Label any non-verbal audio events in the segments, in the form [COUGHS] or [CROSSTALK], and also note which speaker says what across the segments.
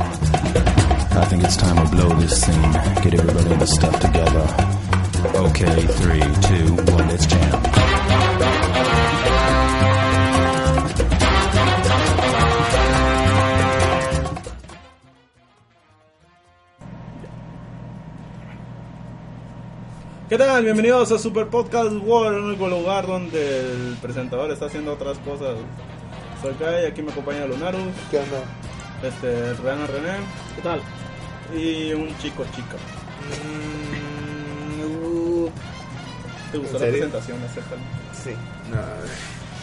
Speaker 1: I think it's time to blow this scene. Get everybody and the stuff together. Okay, three, two, one, let's jam.
Speaker 2: ¿Qué tal? Bienvenidos a Super Podcast World, el único lugar donde el presentador está haciendo otras cosas. Soy Kai, aquí me acompaña Lunarus,
Speaker 3: ¿Qué onda?
Speaker 2: este, Renan René. ¿Qué tal? Y un chico chica.
Speaker 3: Mm, uh,
Speaker 2: ¿Te gustó la
Speaker 3: ¿En serio?
Speaker 2: presentación? Acéptalo.
Speaker 3: sí. No,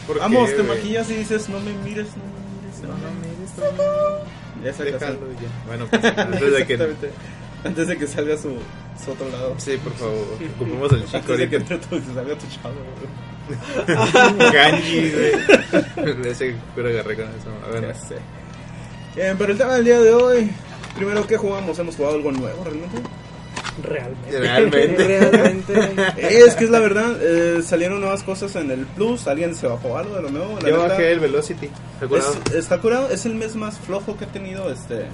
Speaker 3: ¿Por
Speaker 2: Vamos,
Speaker 3: qué,
Speaker 2: te
Speaker 3: güey?
Speaker 2: maquillas y dices, no me mires, no me mires.
Speaker 3: No, no, mires,
Speaker 2: Ya saca así.
Speaker 3: Déjalo
Speaker 2: [LAUGHS]
Speaker 3: ya. Bueno, pues antes de que.
Speaker 2: Exactamente. Antes de que salga su, su otro lado.
Speaker 3: Sí, por favor. Ocupemos el chico
Speaker 2: Antes de que [LAUGHS]
Speaker 3: ahorita.
Speaker 2: entre tu, que salga tu chavo. güey.
Speaker 3: Ganji, güey. [LAUGHS] Ese que agarré con eso. A ver,
Speaker 2: Ya sé. Bien, pero el tema del día de hoy. Primero, ¿qué jugamos? ¿Hemos jugado algo nuevo
Speaker 3: [LAUGHS]
Speaker 2: realmente?
Speaker 4: Realmente.
Speaker 3: realmente. [LAUGHS]
Speaker 4: Realmente.
Speaker 2: Es que es la verdad, eh, salieron nuevas cosas en el Plus, alguien se bajó algo de lo nuevo. La
Speaker 3: Yo
Speaker 2: neta,
Speaker 3: bajé el Velocity. ¿Te acuerdas?
Speaker 2: es- está curado, es el mes más flojo que ha tenido este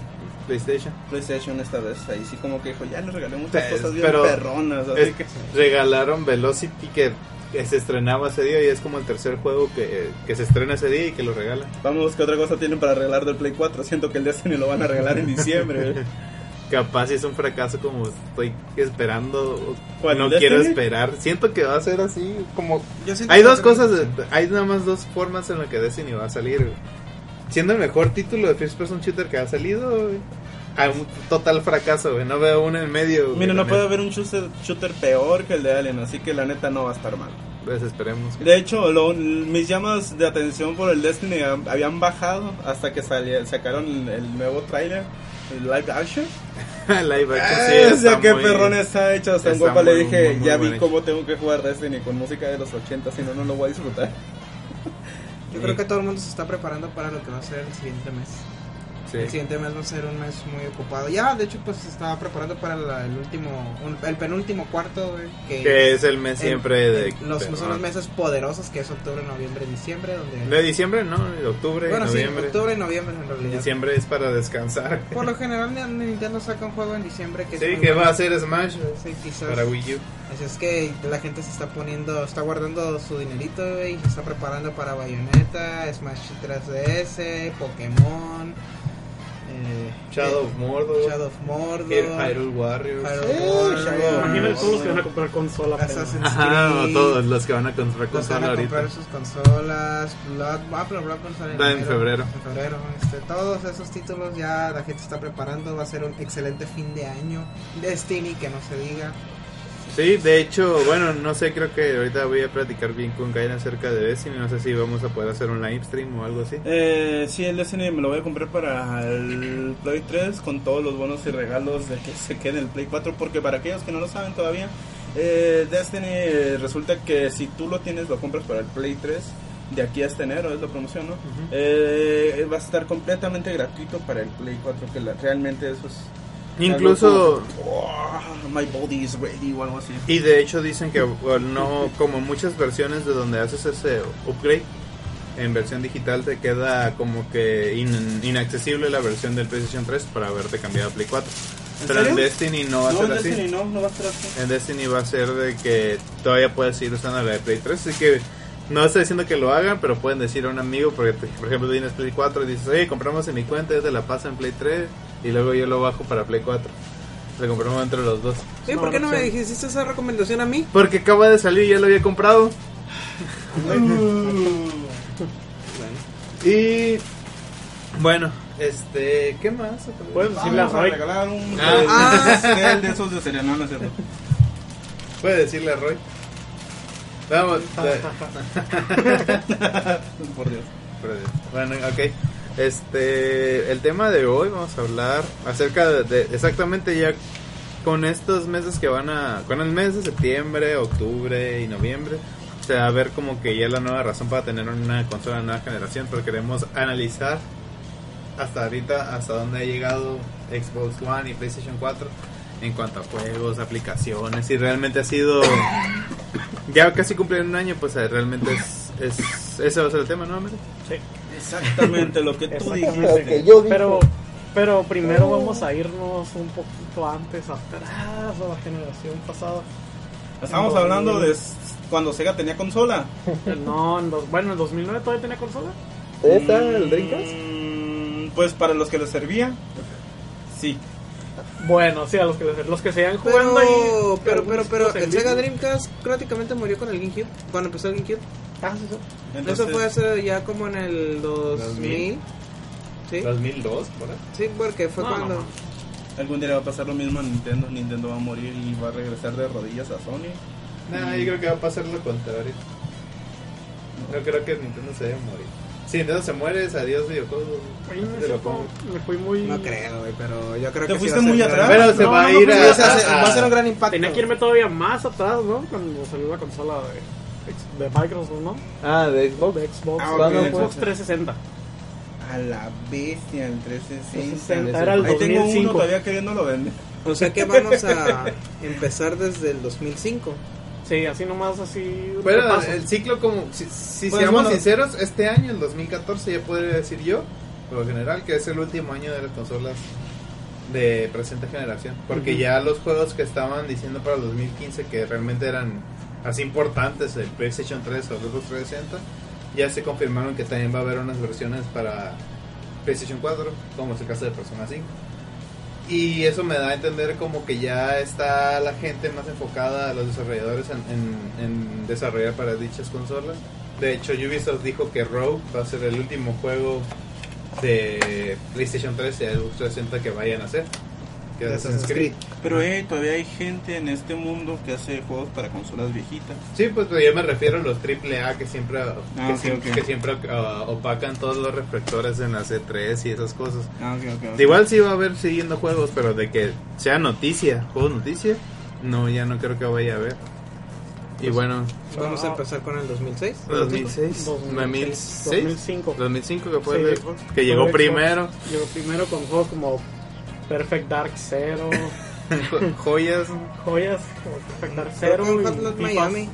Speaker 3: PlayStation.
Speaker 2: PlayStation esta vez. Ahí sí como que dijo, ya le regalé muchas
Speaker 3: Pues,
Speaker 2: cosas bien
Speaker 3: pero-
Speaker 2: perronas, así
Speaker 3: Es
Speaker 2: que
Speaker 3: que regalaron Velocity que, que se estrenaba ese día y es como el tercer juego que, que se estrena ese día y que lo regalan.
Speaker 2: vamos qué otra cosa tienen para regalar del Play 4. Siento que el Destiny lo van a regalar en diciembre.
Speaker 3: [LAUGHS]
Speaker 2: güey.
Speaker 3: Capaz si es un fracaso como estoy esperando. o
Speaker 2: ¿Cuál, este
Speaker 3: No
Speaker 2: Destiny?
Speaker 3: quiero esperar. Siento que va a ser así. Como
Speaker 2: Yo siento
Speaker 3: hay
Speaker 2: que-
Speaker 3: dos cosas, de- hay nada más dos formas en las que Destiny va a salir. güey. Siendo el mejor título de first person shooter que ha salido, güey, a un total fracaso. güey. No veo uno en medio. güey,
Speaker 2: Mira, no
Speaker 3: la
Speaker 2: puede
Speaker 3: neta.
Speaker 2: haber un shooter, shooter peor que el de Alien, así que la neta no va a estar mal.
Speaker 3: Pues esperemos.
Speaker 2: De hecho, lo- mis llamas de atención por el Destiny ha- habían bajado hasta que salía- sacaron el, el nuevo tráiler, el live action.
Speaker 3: [LAUGHS] Live action, sí,
Speaker 2: Ah, o sea,
Speaker 3: está
Speaker 2: qué
Speaker 3: muy-
Speaker 2: perrón está hecho. Hasta un
Speaker 3: está
Speaker 2: compa le
Speaker 3: muy,
Speaker 2: dije,
Speaker 3: muy, muy
Speaker 2: ya
Speaker 3: bien
Speaker 2: vi
Speaker 3: hecho".
Speaker 2: cómo tengo que jugar Destiny con música de los 80, si no, no lo voy a disfrutar.
Speaker 4: Yo creo que todo el mundo se está preparando para lo que va a ser el siguiente mes.
Speaker 3: Sí.
Speaker 4: El siguiente mes va a ser un mes muy ocupado. Ya, de hecho, pues se estaba preparando para la- el último, un- el penúltimo cuarto, güey, que,
Speaker 3: Que es el mes siempre
Speaker 4: el-
Speaker 3: de.
Speaker 4: el- los,
Speaker 3: de-
Speaker 4: son los meses poderosos que es octubre, noviembre, diciembre, donde
Speaker 3: De diciembre, ¿no? De octubre,
Speaker 4: bueno,
Speaker 3: noviembre.
Speaker 4: sí, octubre y noviembre en realidad.
Speaker 3: Diciembre es para descansar.
Speaker 4: Por lo general Nintendo saca un juego en diciembre que es
Speaker 3: Sí,
Speaker 4: muy
Speaker 3: que va
Speaker 4: bueno.
Speaker 3: a ser Smash
Speaker 4: Sí, quizás.
Speaker 3: para Wii U.
Speaker 4: Así es que la gente se está poniendo, está guardando su dinerito y se está preparando para Bayonetta, Smash 3DS, Pokémon, eh,
Speaker 3: Shadow
Speaker 4: eh,
Speaker 3: of Mordor.
Speaker 4: Shadow of Mordor,
Speaker 3: Hyrule Warriors.
Speaker 4: Hyrule
Speaker 2: Eh,
Speaker 4: Warriors,
Speaker 2: Shadow of
Speaker 5: Imagina
Speaker 2: Mordor.
Speaker 5: todos los que van a comprar consola. pero-
Speaker 4: Assassin's
Speaker 3: Ajá,
Speaker 4: Creed,
Speaker 3: todos los que van a comprar
Speaker 4: los que van
Speaker 3: consola
Speaker 4: a
Speaker 3: ahorita.
Speaker 4: comprar sus consolas, Blood, ah, pero Bloodborne sale
Speaker 3: Va en febrero.
Speaker 4: en febrero, este, todos esos títulos ya la gente está preparando, va a ser un excelente fin de año, Destiny que no se diga,
Speaker 3: Sí, de hecho, bueno, no sé, creo que ahorita voy a platicar bien con Kain acerca de Destiny. No sé si vamos a poder hacer un live stream o algo así.
Speaker 2: Eh, sí, el Destiny me lo voy a comprar para el Play 3 con todos los bonos y regalos de que se quede el Play 4. Porque para aquellos que no lo saben todavía, eh, Destiny eh, resulta que si tú lo tienes, lo compras para el Play 3. De aquí hasta enero es la promoción, ¿no? Eh, va a estar completamente gratuito para el Play 4. Que la- realmente eso es.
Speaker 3: Incluso,
Speaker 2: algo como- Oh, my body is ready o algo así.
Speaker 3: y de hecho dicen que bueno, no, como muchas versiones de donde haces ese upgrade, en versión digital te queda como que in- inaccesible la versión del PlayStation 3 para haberte cambiado a Play 4.
Speaker 2: ¿En
Speaker 3: Pero en
Speaker 2: serio?
Speaker 3: Destiny no va a
Speaker 2: No,
Speaker 3: ser
Speaker 2: el
Speaker 3: así.
Speaker 2: Destiny no, no va a estar así.
Speaker 3: en Destiny va a ser de que todavía puedes seguir usando la de Play 3. Así que no estoy diciendo que lo hagan, pero pueden decir a un amigo, porque te- por ejemplo tienes Play 4 y dices, oye, compramos en mi cuenta, yo te la paso en Play 3 y luego yo lo bajo para Play 4. Lo compramos entre los dos.
Speaker 4: Oye, ¿por qué no me dijiste esa recomendación a mí?
Speaker 3: Porque acaba de salir y ya lo había comprado. Y bueno, este, ¿qué más?
Speaker 2: Puedes
Speaker 3: Puedes
Speaker 2: decir
Speaker 3: decirle,
Speaker 2: la
Speaker 3: a
Speaker 2: Roy.
Speaker 3: Roy,
Speaker 2: regalar un [LAUGHS]
Speaker 3: Ah.
Speaker 2: pastel de esos de cereal, no, no es cierto.
Speaker 3: puedes decirle a Roy. Vamos, eh,
Speaker 2: Por Dios.
Speaker 3: pero, bueno, ok. Este, el tema de hoy vamos a hablar acerca de, de- exactamente ya con estos meses que van a, con el mes de septiembre, octubre y noviembre, se va a ver como que ya la nueva razón para tener una consola de nueva generación, pero queremos analizar hasta ahorita, hasta dónde ha llegado Xbox One y PlayStation 4 en cuanto a juegos, aplicaciones, y realmente ha sido, ya casi cumplieron un año, pues eh, realmente es, es- ese va a ser el tema, ¿no? Américo?
Speaker 2: Exactamente lo que tú
Speaker 5: Exactamente.
Speaker 2: dijiste.
Speaker 6: yo dije.
Speaker 5: Pero, pero primero vamos a irnos un poquito antes, atrás, a la generación pasada.
Speaker 2: Estábamos hablando de s- cuando Sega tenía consola.
Speaker 5: No, en dos- bueno, en 2009 todavía tenía consola.
Speaker 6: ¿Eh, ¿Está el Dreamcast?
Speaker 2: Mm, Pues para los que les servía, sí.
Speaker 5: Bueno, sí, a los que, los que seguían jugando ahí.
Speaker 4: Pero, pero, pero,
Speaker 5: algunos
Speaker 4: pero,
Speaker 5: en
Speaker 4: el Sega
Speaker 5: vivo.
Speaker 4: Dreamcast prácticamente murió con el GameCube, cuando empezó el GameCube.
Speaker 5: Ah, sí, sí.
Speaker 4: Eso fue hace ya como en el 2000. Sí,
Speaker 3: 2002, por ahí.
Speaker 4: sí, porque fue
Speaker 5: No,
Speaker 4: cuando...
Speaker 5: no, no.
Speaker 2: Algún día le va a pasar lo mismo a Nintendo. Nintendo va a morir y va a regresar de rodillas a Sony.
Speaker 3: No, yo creo que va a pasar lo contrario. No creo que Nintendo se debe morir. Si Nintendo se muere, es adiós videojuegos.
Speaker 5: Ahí me,
Speaker 3: Te lo
Speaker 5: supo-
Speaker 3: pongo.
Speaker 5: me fui muy.
Speaker 4: No creo, güey, pero yo creo
Speaker 2: Te
Speaker 4: que
Speaker 2: fuiste
Speaker 4: va a ser
Speaker 2: muy
Speaker 4: gran-
Speaker 2: atrás.
Speaker 3: Pero se
Speaker 5: No,
Speaker 3: va a
Speaker 5: no,
Speaker 3: ir
Speaker 5: pero
Speaker 3: a,
Speaker 4: O sea, se-
Speaker 3: a-
Speaker 4: va a ser un gran impacto.
Speaker 5: Tenía que irme todavía más atrás, ¿no? Cuando salió la consola de, de Microsoft, ¿no?
Speaker 6: Ah, de Xbox.
Speaker 5: De Xbox.
Speaker 2: Ah,
Speaker 6: ok,
Speaker 5: de
Speaker 6: de
Speaker 5: Xbox
Speaker 2: Xbox.
Speaker 5: 360.
Speaker 2: A la bestia, el 360.
Speaker 5: 360 era el
Speaker 2: Ahí tengo uno
Speaker 5: 2005.
Speaker 2: todavía queriéndolo vender.
Speaker 4: O sea [LAUGHS] que vamos a empezar desde el 2005.
Speaker 5: Sí, así nomás, así. un
Speaker 3: Bueno,
Speaker 5: repaso.
Speaker 3: el ciclo como... Si, si
Speaker 2: Pues
Speaker 3: seamos
Speaker 2: bueno.
Speaker 3: sinceros, este año, el 2014, ya podría decir yo, por lo general, que es el último año de las consolas de presente generación. Porque
Speaker 5: Ujú.
Speaker 3: ya los juegos que estaban diciendo para el 2015 que realmente eran así importantes, el PlayStation 3 o el Xbox 360, ya se confirmaron que también va a haber unas versiones para PlayStation 4, como es el caso de Persona 5. Y eso me da a entender como que ya está la gente más enfocada, los desarrolladores en, en- en desarrollar para dichas consolas. De hecho, Ubisoft dijo que Rogue va a ser el último juego de PlayStation 3 y Xbox 360 que vayan a hacer. Que es Assassin's Creed.
Speaker 2: Pero eh, todavía hay gente en este mundo que hace juegos para consolas viejitas.
Speaker 3: Sí, pues pero yo me refiero a los AAA que siempre, que
Speaker 2: Ah, ok,
Speaker 3: siempre,
Speaker 2: ok.
Speaker 3: que siempre, ah, opacan todos los reflectores en las E3 y esas cosas.
Speaker 2: Ah, ok, ok, ok.
Speaker 3: De Igual sí va a haber siguiendo juegos, pero de que sea noticia, juegos noticia, no, ya no creo que vaya a haber. Y bueno,
Speaker 4: Vamos a empezar con el 2006.
Speaker 3: 2006,
Speaker 5: 2006,
Speaker 3: 2006,
Speaker 5: 2005.
Speaker 3: 2005 que fue
Speaker 5: Sí,
Speaker 3: el Xbox, que llegó
Speaker 5: Xbox.
Speaker 3: primero, [LAUGHS]
Speaker 5: Llegó primero con juegos como Perfect Dark
Speaker 3: [LAUGHS]
Speaker 5: Zero,
Speaker 3: jo- joyas,
Speaker 5: joyas como Perfect Dark
Speaker 4: Pero
Speaker 5: Zero.
Speaker 4: con
Speaker 5: y
Speaker 4: Hotline
Speaker 5: Fifas.
Speaker 4: Miami.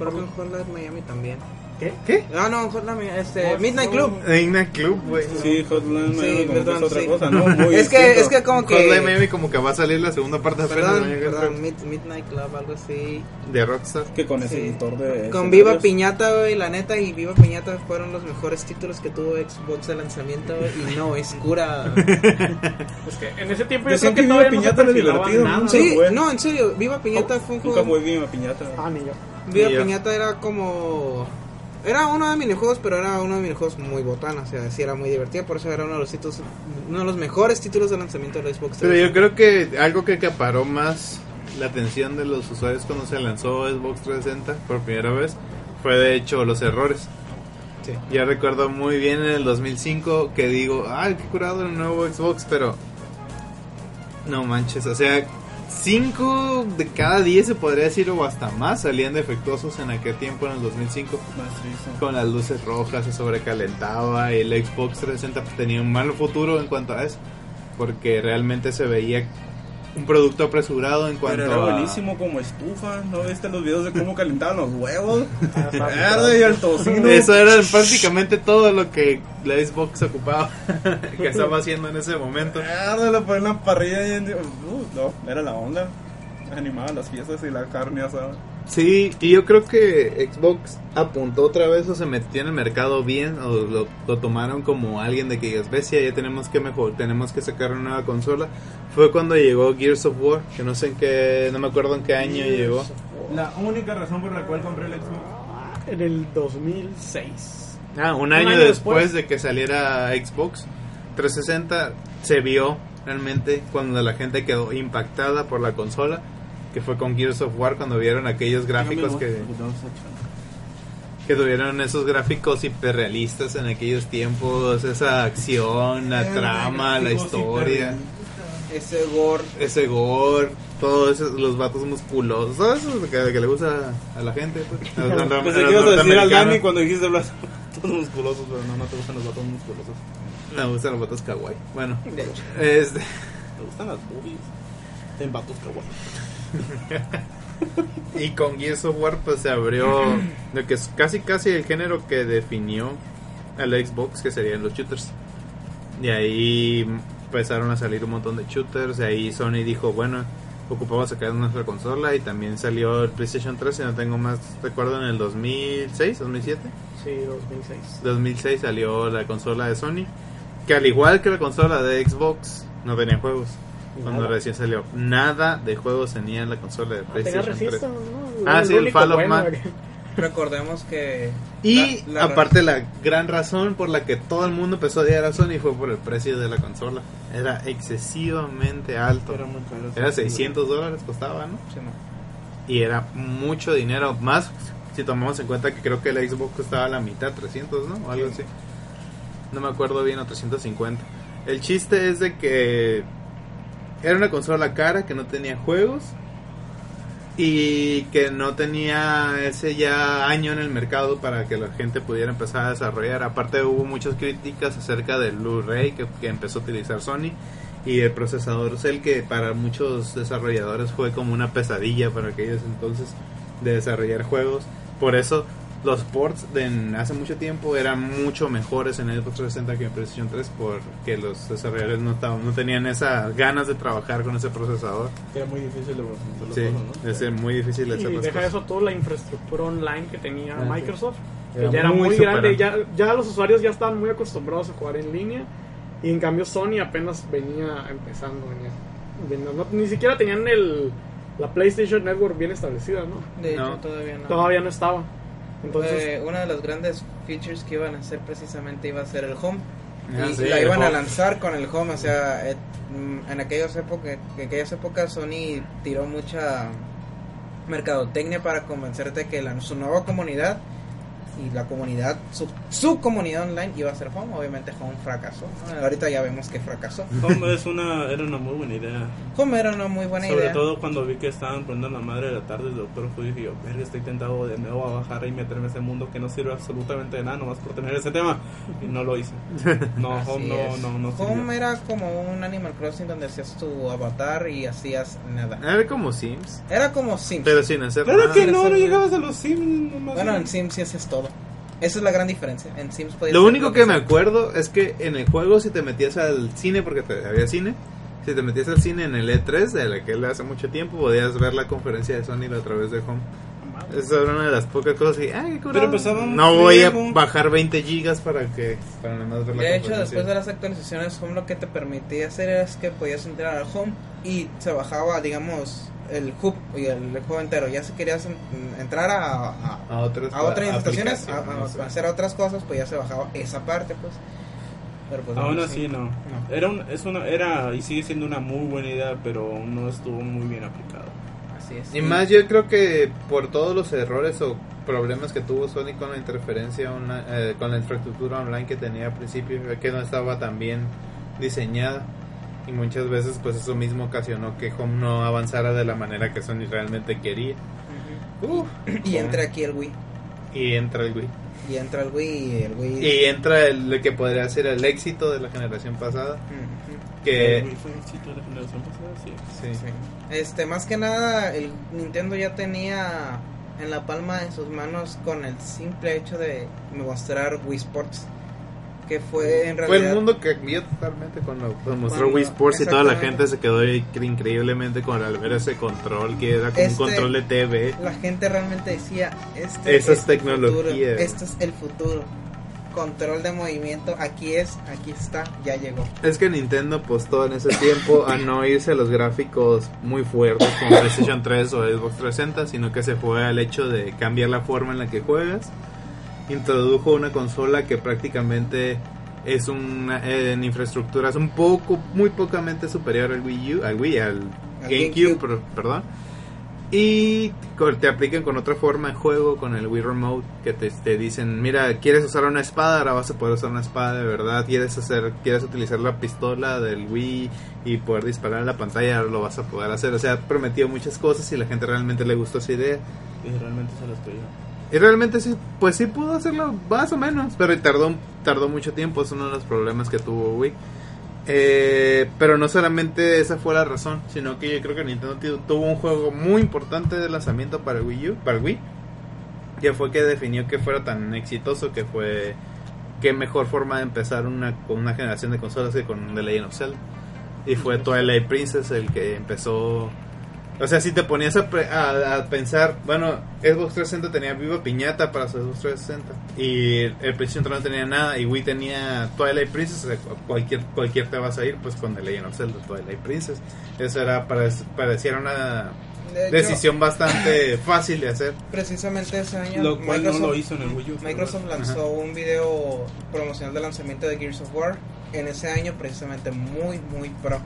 Speaker 4: Pero con Hotline Miami también. Ah,
Speaker 5: ¿Qué?
Speaker 4: No, no, Hotline Miami. Este, Midnight Club.
Speaker 3: Digna Club, güey.
Speaker 2: Sí, Hotline
Speaker 4: Sí,
Speaker 2: Miami como que
Speaker 4: perdón,
Speaker 2: es otra
Speaker 4: sí.
Speaker 2: cosa, ¿no?
Speaker 4: [LAUGHS]
Speaker 2: Muy
Speaker 4: Es que,
Speaker 2: distinto.
Speaker 4: es que como
Speaker 3: Hotline
Speaker 4: que...
Speaker 3: Miami como que va a salir la segunda parte apenas,
Speaker 4: [LAUGHS] Perdón,
Speaker 3: ¿no?
Speaker 4: perdón, Mid- Midnight Club, algo así.
Speaker 3: de Rockstar.
Speaker 2: Que con ese
Speaker 4: Sí.
Speaker 2: editor de...
Speaker 4: Con Viva
Speaker 2: escenarios.
Speaker 4: Piñata, güey, la neta, y Viva Piñata fueron los mejores títulos que tuvo Xbox de lanzamiento, güey, y no, es cura.
Speaker 5: Pues que en ese tiempo
Speaker 2: Yo
Speaker 5: yo, creo
Speaker 2: siempre
Speaker 5: que
Speaker 2: vi
Speaker 5: todavía
Speaker 2: a
Speaker 5: no se
Speaker 2: Piñata, era
Speaker 5: perfilaba
Speaker 2: divertido,
Speaker 5: nada.
Speaker 2: ¿no?
Speaker 4: Sí,
Speaker 2: Bueno.
Speaker 4: no, en serio, Viva Piñata fue un
Speaker 2: Nunca
Speaker 4: juego...
Speaker 2: muy Viva Piñata.
Speaker 5: Ah, ni yo.
Speaker 4: Viva
Speaker 3: Y yo.
Speaker 4: Piñata era como... Era uno de mis minijuegos, pero era uno de mis juegos muy botana, o sea, sí era muy divertido, por eso era uno de los títulos, uno de los mejores títulos de lanzamiento de la Xbox.
Speaker 3: Pero yo creo que algo que acaparó más la atención de los usuarios cuando se lanzó Xbox 360 por primera vez fue de hecho los errores.
Speaker 4: Sí.
Speaker 3: Yo recuerdo muy bien en el 2005 que digo, ah, qué curado el nuevo Xbox, pero no manches, o sea, 5 de cada 10 se podría decir o hasta más salían defectuosos en aquel tiempo en el 2005
Speaker 2: Macizo.
Speaker 3: con las luces rojas, se sobrecalentaba. El Xbox 360 tenía un mal futuro en cuanto a eso, porque realmente se veía un producto apresurado en cuanto
Speaker 2: Pero era
Speaker 3: a.
Speaker 2: buenísimo como estufa. ¿No viste los videos de cómo calentaban los [LAUGHS] huevos?
Speaker 5: Ah, está
Speaker 2: Verde y el tocino.
Speaker 3: Eso era prácticamente todo lo que la Xbox ocupaba, [LAUGHS] que estaba haciendo en ese momento.
Speaker 2: Verde, lo ponían en la parrilla. Y... Uh, no, era la onda. Animaban las fiestas y la carne asada.
Speaker 3: Sí, y yo creo que Xbox apuntó otra vez o se metió en el mercado bien o lo, lo tomaron como alguien de que digas, bestia, ya tenemos que mejor, tenemos que sacar una nueva consola. Fue cuando llegó Gears of War, que no sé en qué, no me acuerdo en qué año llegó.
Speaker 2: La única razón por la cual compré el Xbox
Speaker 5: En el 2006.
Speaker 3: Ah, un año,
Speaker 5: año
Speaker 3: después,
Speaker 5: después.
Speaker 3: de que saliera Xbox 360 se vio realmente cuando la gente quedó impactada por la consola, que fue con Gears of War cuando vieron aquellos gráficos que, que tuvieron esos gráficos hiperrealistas en aquellos tiempos, esa acción, la
Speaker 2: Eh,
Speaker 3: trama, la
Speaker 2: gráficos
Speaker 3: historia,
Speaker 4: Ese gore.
Speaker 3: ese gore, todos esos, los vatos musculosos, todo eso que, que le gusta a la gente. Pues, a los- a los-
Speaker 2: Pensé
Speaker 3: a
Speaker 2: que
Speaker 3: los
Speaker 2: ibas a decir al
Speaker 3: norteamericanos.
Speaker 2: Dani cuando dijiste los vatos musculosos, pero no, no te gustan los vatos musculosos.
Speaker 3: Me gustan los vatos kawaii. Bueno,
Speaker 4: De hecho.
Speaker 3: este...
Speaker 2: Te gustan las boobies. En vatos kawaii.
Speaker 3: Y con Gears of War pues se abrió lo que es casi casi el género que definió al Xbox que serían los shooters. Y ahí empezaron a salir un montón de shooters y ahí Sony dijo, bueno, ocupamos sacar nuestra consola y también salió el PlayStation 3, si no tengo más recuerdo, en el 2006, 2007.
Speaker 5: Sí, 2006.
Speaker 3: 2006 salió la consola de Sony, que al igual que la consola de Xbox no tenía juegos. Cuando
Speaker 5: Nada.
Speaker 3: recién salió, nada de juegos tenía en la consola de
Speaker 5: Tenía
Speaker 3: PlayStation 3.
Speaker 5: Resistance, ¿no?
Speaker 3: Ah, sí, el
Speaker 5: único
Speaker 3: Fall of
Speaker 5: bueno
Speaker 3: Man.
Speaker 5: que-
Speaker 4: Recordemos que.
Speaker 3: Y
Speaker 4: la- la-
Speaker 3: aparte la gran razón por la que todo el mundo empezó a odiar a Sony fue por el precio de la consola. Era excesivamente alto.
Speaker 2: Era muy caro.
Speaker 3: Era 600 dólares costaba, ¿no?
Speaker 4: Sí, no.
Speaker 3: Y era mucho dinero. Más si tomamos en cuenta que creo que el Xbox costaba la mitad, 300, ¿no? O algo así. No me acuerdo bien, o 350. El chiste es de que era una consola cara que no tenía juegos y que no tenía ese ya año en el mercado para que la gente pudiera empezar a desarrollar. Aparte hubo muchas críticas acerca del Blu-ray que, que empezó a utilizar Sony y el procesador Cell que para muchos desarrolladores fue como una pesadilla para aquellos entonces de desarrollar juegos. Por eso los ports de en- hace mucho tiempo eran mucho mejores en Xbox 360 que en PlayStation 3 porque los desarrolladores no, estaban- no tenían esas ganas de trabajar con ese procesador.
Speaker 2: Era muy difícil de hacer los
Speaker 3: Sí,
Speaker 2: juegos, ¿no?
Speaker 3: es eh, muy difícil hacer
Speaker 5: Y
Speaker 3: las
Speaker 5: deja
Speaker 3: cosas.
Speaker 5: eso toda la infraestructura online que tenía
Speaker 3: Ah, sí.
Speaker 5: Microsoft. que
Speaker 3: Era
Speaker 5: ya era
Speaker 3: muy
Speaker 5: muy grande, ya,
Speaker 3: superante.
Speaker 5: ya los usuarios ya estaban muy acostumbrados a jugar en línea. Y en cambio Sony apenas venía empezando en eso. Venía- no- ni siquiera tenían el, la PlayStation Network bien establecida, ¿no?
Speaker 4: De hecho,
Speaker 3: No.
Speaker 4: todavía no.
Speaker 5: Todavía no estaba. Entonces,
Speaker 4: Eh, una de las grandes features que iban a hacer precisamente iba a ser el home.
Speaker 3: Ah,
Speaker 4: y
Speaker 3: sí,
Speaker 4: la
Speaker 3: el
Speaker 4: iban a
Speaker 3: home.
Speaker 4: lanzar con el home. O sea, eh, mm, en, aquellas épocas, en aquellas épocas Sony tiró mucha mercadotecnia para convencerte que la, su nueva comunidad y la comunidad, su, su comunidad online iba a ser home. Obviamente home fracasó. ¿no? Ahorita ya vemos que fracasó.
Speaker 2: Home es una, era una muy buena idea.
Speaker 4: Home era una muy buena
Speaker 2: Sobre
Speaker 4: idea.
Speaker 2: todo cuando vi que estaban poniendo la madre de la tarde del Doctor Who, dije yo, verga, estoy tentado de nuevo a bajar y meterme a ese mundo que no sirve absolutamente de nada, nomás por tener ese tema. Y no lo hice. No,
Speaker 4: [LAUGHS] Así
Speaker 2: Home no,
Speaker 4: es.
Speaker 2: no, no. sirvió.
Speaker 4: Home era como un Animal Crossing donde hacías tu avatar y hacías nada.
Speaker 3: Era como Sims,
Speaker 4: Era como Sims.
Speaker 3: pero sin hacer
Speaker 2: Claro
Speaker 3: nada.
Speaker 2: que no,
Speaker 4: Eso
Speaker 2: no
Speaker 4: es-
Speaker 2: llegabas a los Sims. nomás-
Speaker 4: Bueno, en Sims sí haces todo. Esa es la gran diferencia. En Sims podías
Speaker 3: Lo
Speaker 4: hacer
Speaker 3: único
Speaker 4: lo
Speaker 3: que me
Speaker 4: sea.
Speaker 3: acuerdo es que en el juego si te metías al cine, porque te- había cine, si te metías al cine en el E3, de la que él hace mucho tiempo, podías ver la conferencia de Sony a través de Home. Esa era una de las pocas cosas que, ay, qué curado.
Speaker 2: Pero empezaba un
Speaker 3: no voy a
Speaker 2: friego.
Speaker 3: bajar 20 gigas para que para nada más ver la
Speaker 4: De hecho,
Speaker 3: conferencia.
Speaker 4: después de las actualizaciones, Home lo que te permitía hacer es que podías entrar al Home y se bajaba, digamos, el hub y el, el juego entero. Ya si querías en- entrar a, a,
Speaker 3: a otras,
Speaker 4: a otras Ah, instituciones, a, a-
Speaker 3: aplicaciones,
Speaker 4: a hacer otras cosas, pues ya se bajaba esa parte, pues. Pero pues
Speaker 2: Aún
Speaker 4: bueno,
Speaker 2: así, no.
Speaker 4: No.
Speaker 2: Era, un- es una, era y sigue siendo una muy buena idea, pero no estuvo muy bien aplicado.
Speaker 4: Así es.
Speaker 3: Y más yo creo que por todos los errores o problemas que tuvo Sony con la interferencia, online- eh, con la infraestructura online que tenía al principio, eh, que no estaba tan bien diseñada. Y muchas veces pues eso mismo ocasionó que Home no avanzara de la manera que Sony realmente quería. Uf,
Speaker 4: Y entra aquí el Wii.
Speaker 3: y entra el Wii.
Speaker 4: Y entra el Wii y el Wii.
Speaker 3: Y entra el, lo que podría ser el éxito de la generación pasada.
Speaker 4: Ujú.
Speaker 3: Que...
Speaker 2: Pero, güey, fue éxito de la generación pasada, sí.
Speaker 3: Sí.
Speaker 4: Sí. Este, más que nada, el Nintendo ya tenía en la palma de sus manos con el simple hecho de mostrar Wii Sports, que fue en realidad
Speaker 3: Fue el mundo que cambió totalmente cuando, cuando mostró
Speaker 4: Cuando-
Speaker 3: Wii Sports y toda la
Speaker 4: exactamente.
Speaker 3: gente se quedó incre- increíblemente con al ver ese control que era como
Speaker 4: Este-
Speaker 3: un control de TV.
Speaker 4: la gente realmente decía, este
Speaker 3: Esa es
Speaker 4: el
Speaker 3: tecnología.
Speaker 4: futuro, este es el futuro. Control de movimiento, aquí es, aquí está, ya llegó.
Speaker 3: Es que Nintendo apostó en ese tiempo a no irse a los gráficos muy fuertes como [LAUGHS] PlayStation 3 o Xbox 360, sino que se fue al hecho de cambiar la forma en la que juegas introdujo una consola que prácticamente es una en infraestructura es un poco muy pocamente superior al Wii U, al Wii, al
Speaker 4: Al
Speaker 3: GameCube,
Speaker 4: GameCube.
Speaker 3: per- perdón. Y co- te aplican con otra forma de juego, con el Wii Remote, que te, te dicen, mira, quieres usar una espada, ahora vas a poder usar una espada de verdad, quieres hacer, quieres utilizar la pistola del Wii y poder disparar en la pantalla, ahora lo vas a poder hacer. O sea, prometió muchas cosas y la gente realmente le gustó esa idea.
Speaker 2: Y realmente se las pedí.
Speaker 3: Y realmente sí, pues sí pudo hacerlo más o menos, pero tardó, tardó mucho tiempo, es uno de los problemas que tuvo Wii. Eh, pero no solamente esa fue la razón, sino que yo creo que Nintendo tu- tuvo un juego muy importante de lanzamiento para el Wii U, para el Wii, que fue que definió que fuera tan exitoso que fue qué mejor forma de empezar una, con una generación de consolas que con The Legend of Zelda. Y fue Twilight Princess el que empezó o sea, si te ponías a, pre- a- a pensar, bueno, Xbox 360 tenía Viva Piñata para su Xbox 360 y el PlayStation 3 no tenía nada y Wii tenía Twilight Princess, o sea, cu- cualquier, cualquier te vas a ir pues con The Legend of Zelda, Twilight Princess. Eso era, para pareciera una
Speaker 4: De hecho,
Speaker 3: decisión bastante
Speaker 4: [COUGHS]
Speaker 3: fácil de hacer.
Speaker 4: Precisamente ese año
Speaker 2: Lo cual
Speaker 4: Microsoft,
Speaker 2: no lo hizo en el Wii U.
Speaker 4: Microsoft lanzó un video promocional de lanzamiento de Gears of War en ese año precisamente muy muy pro.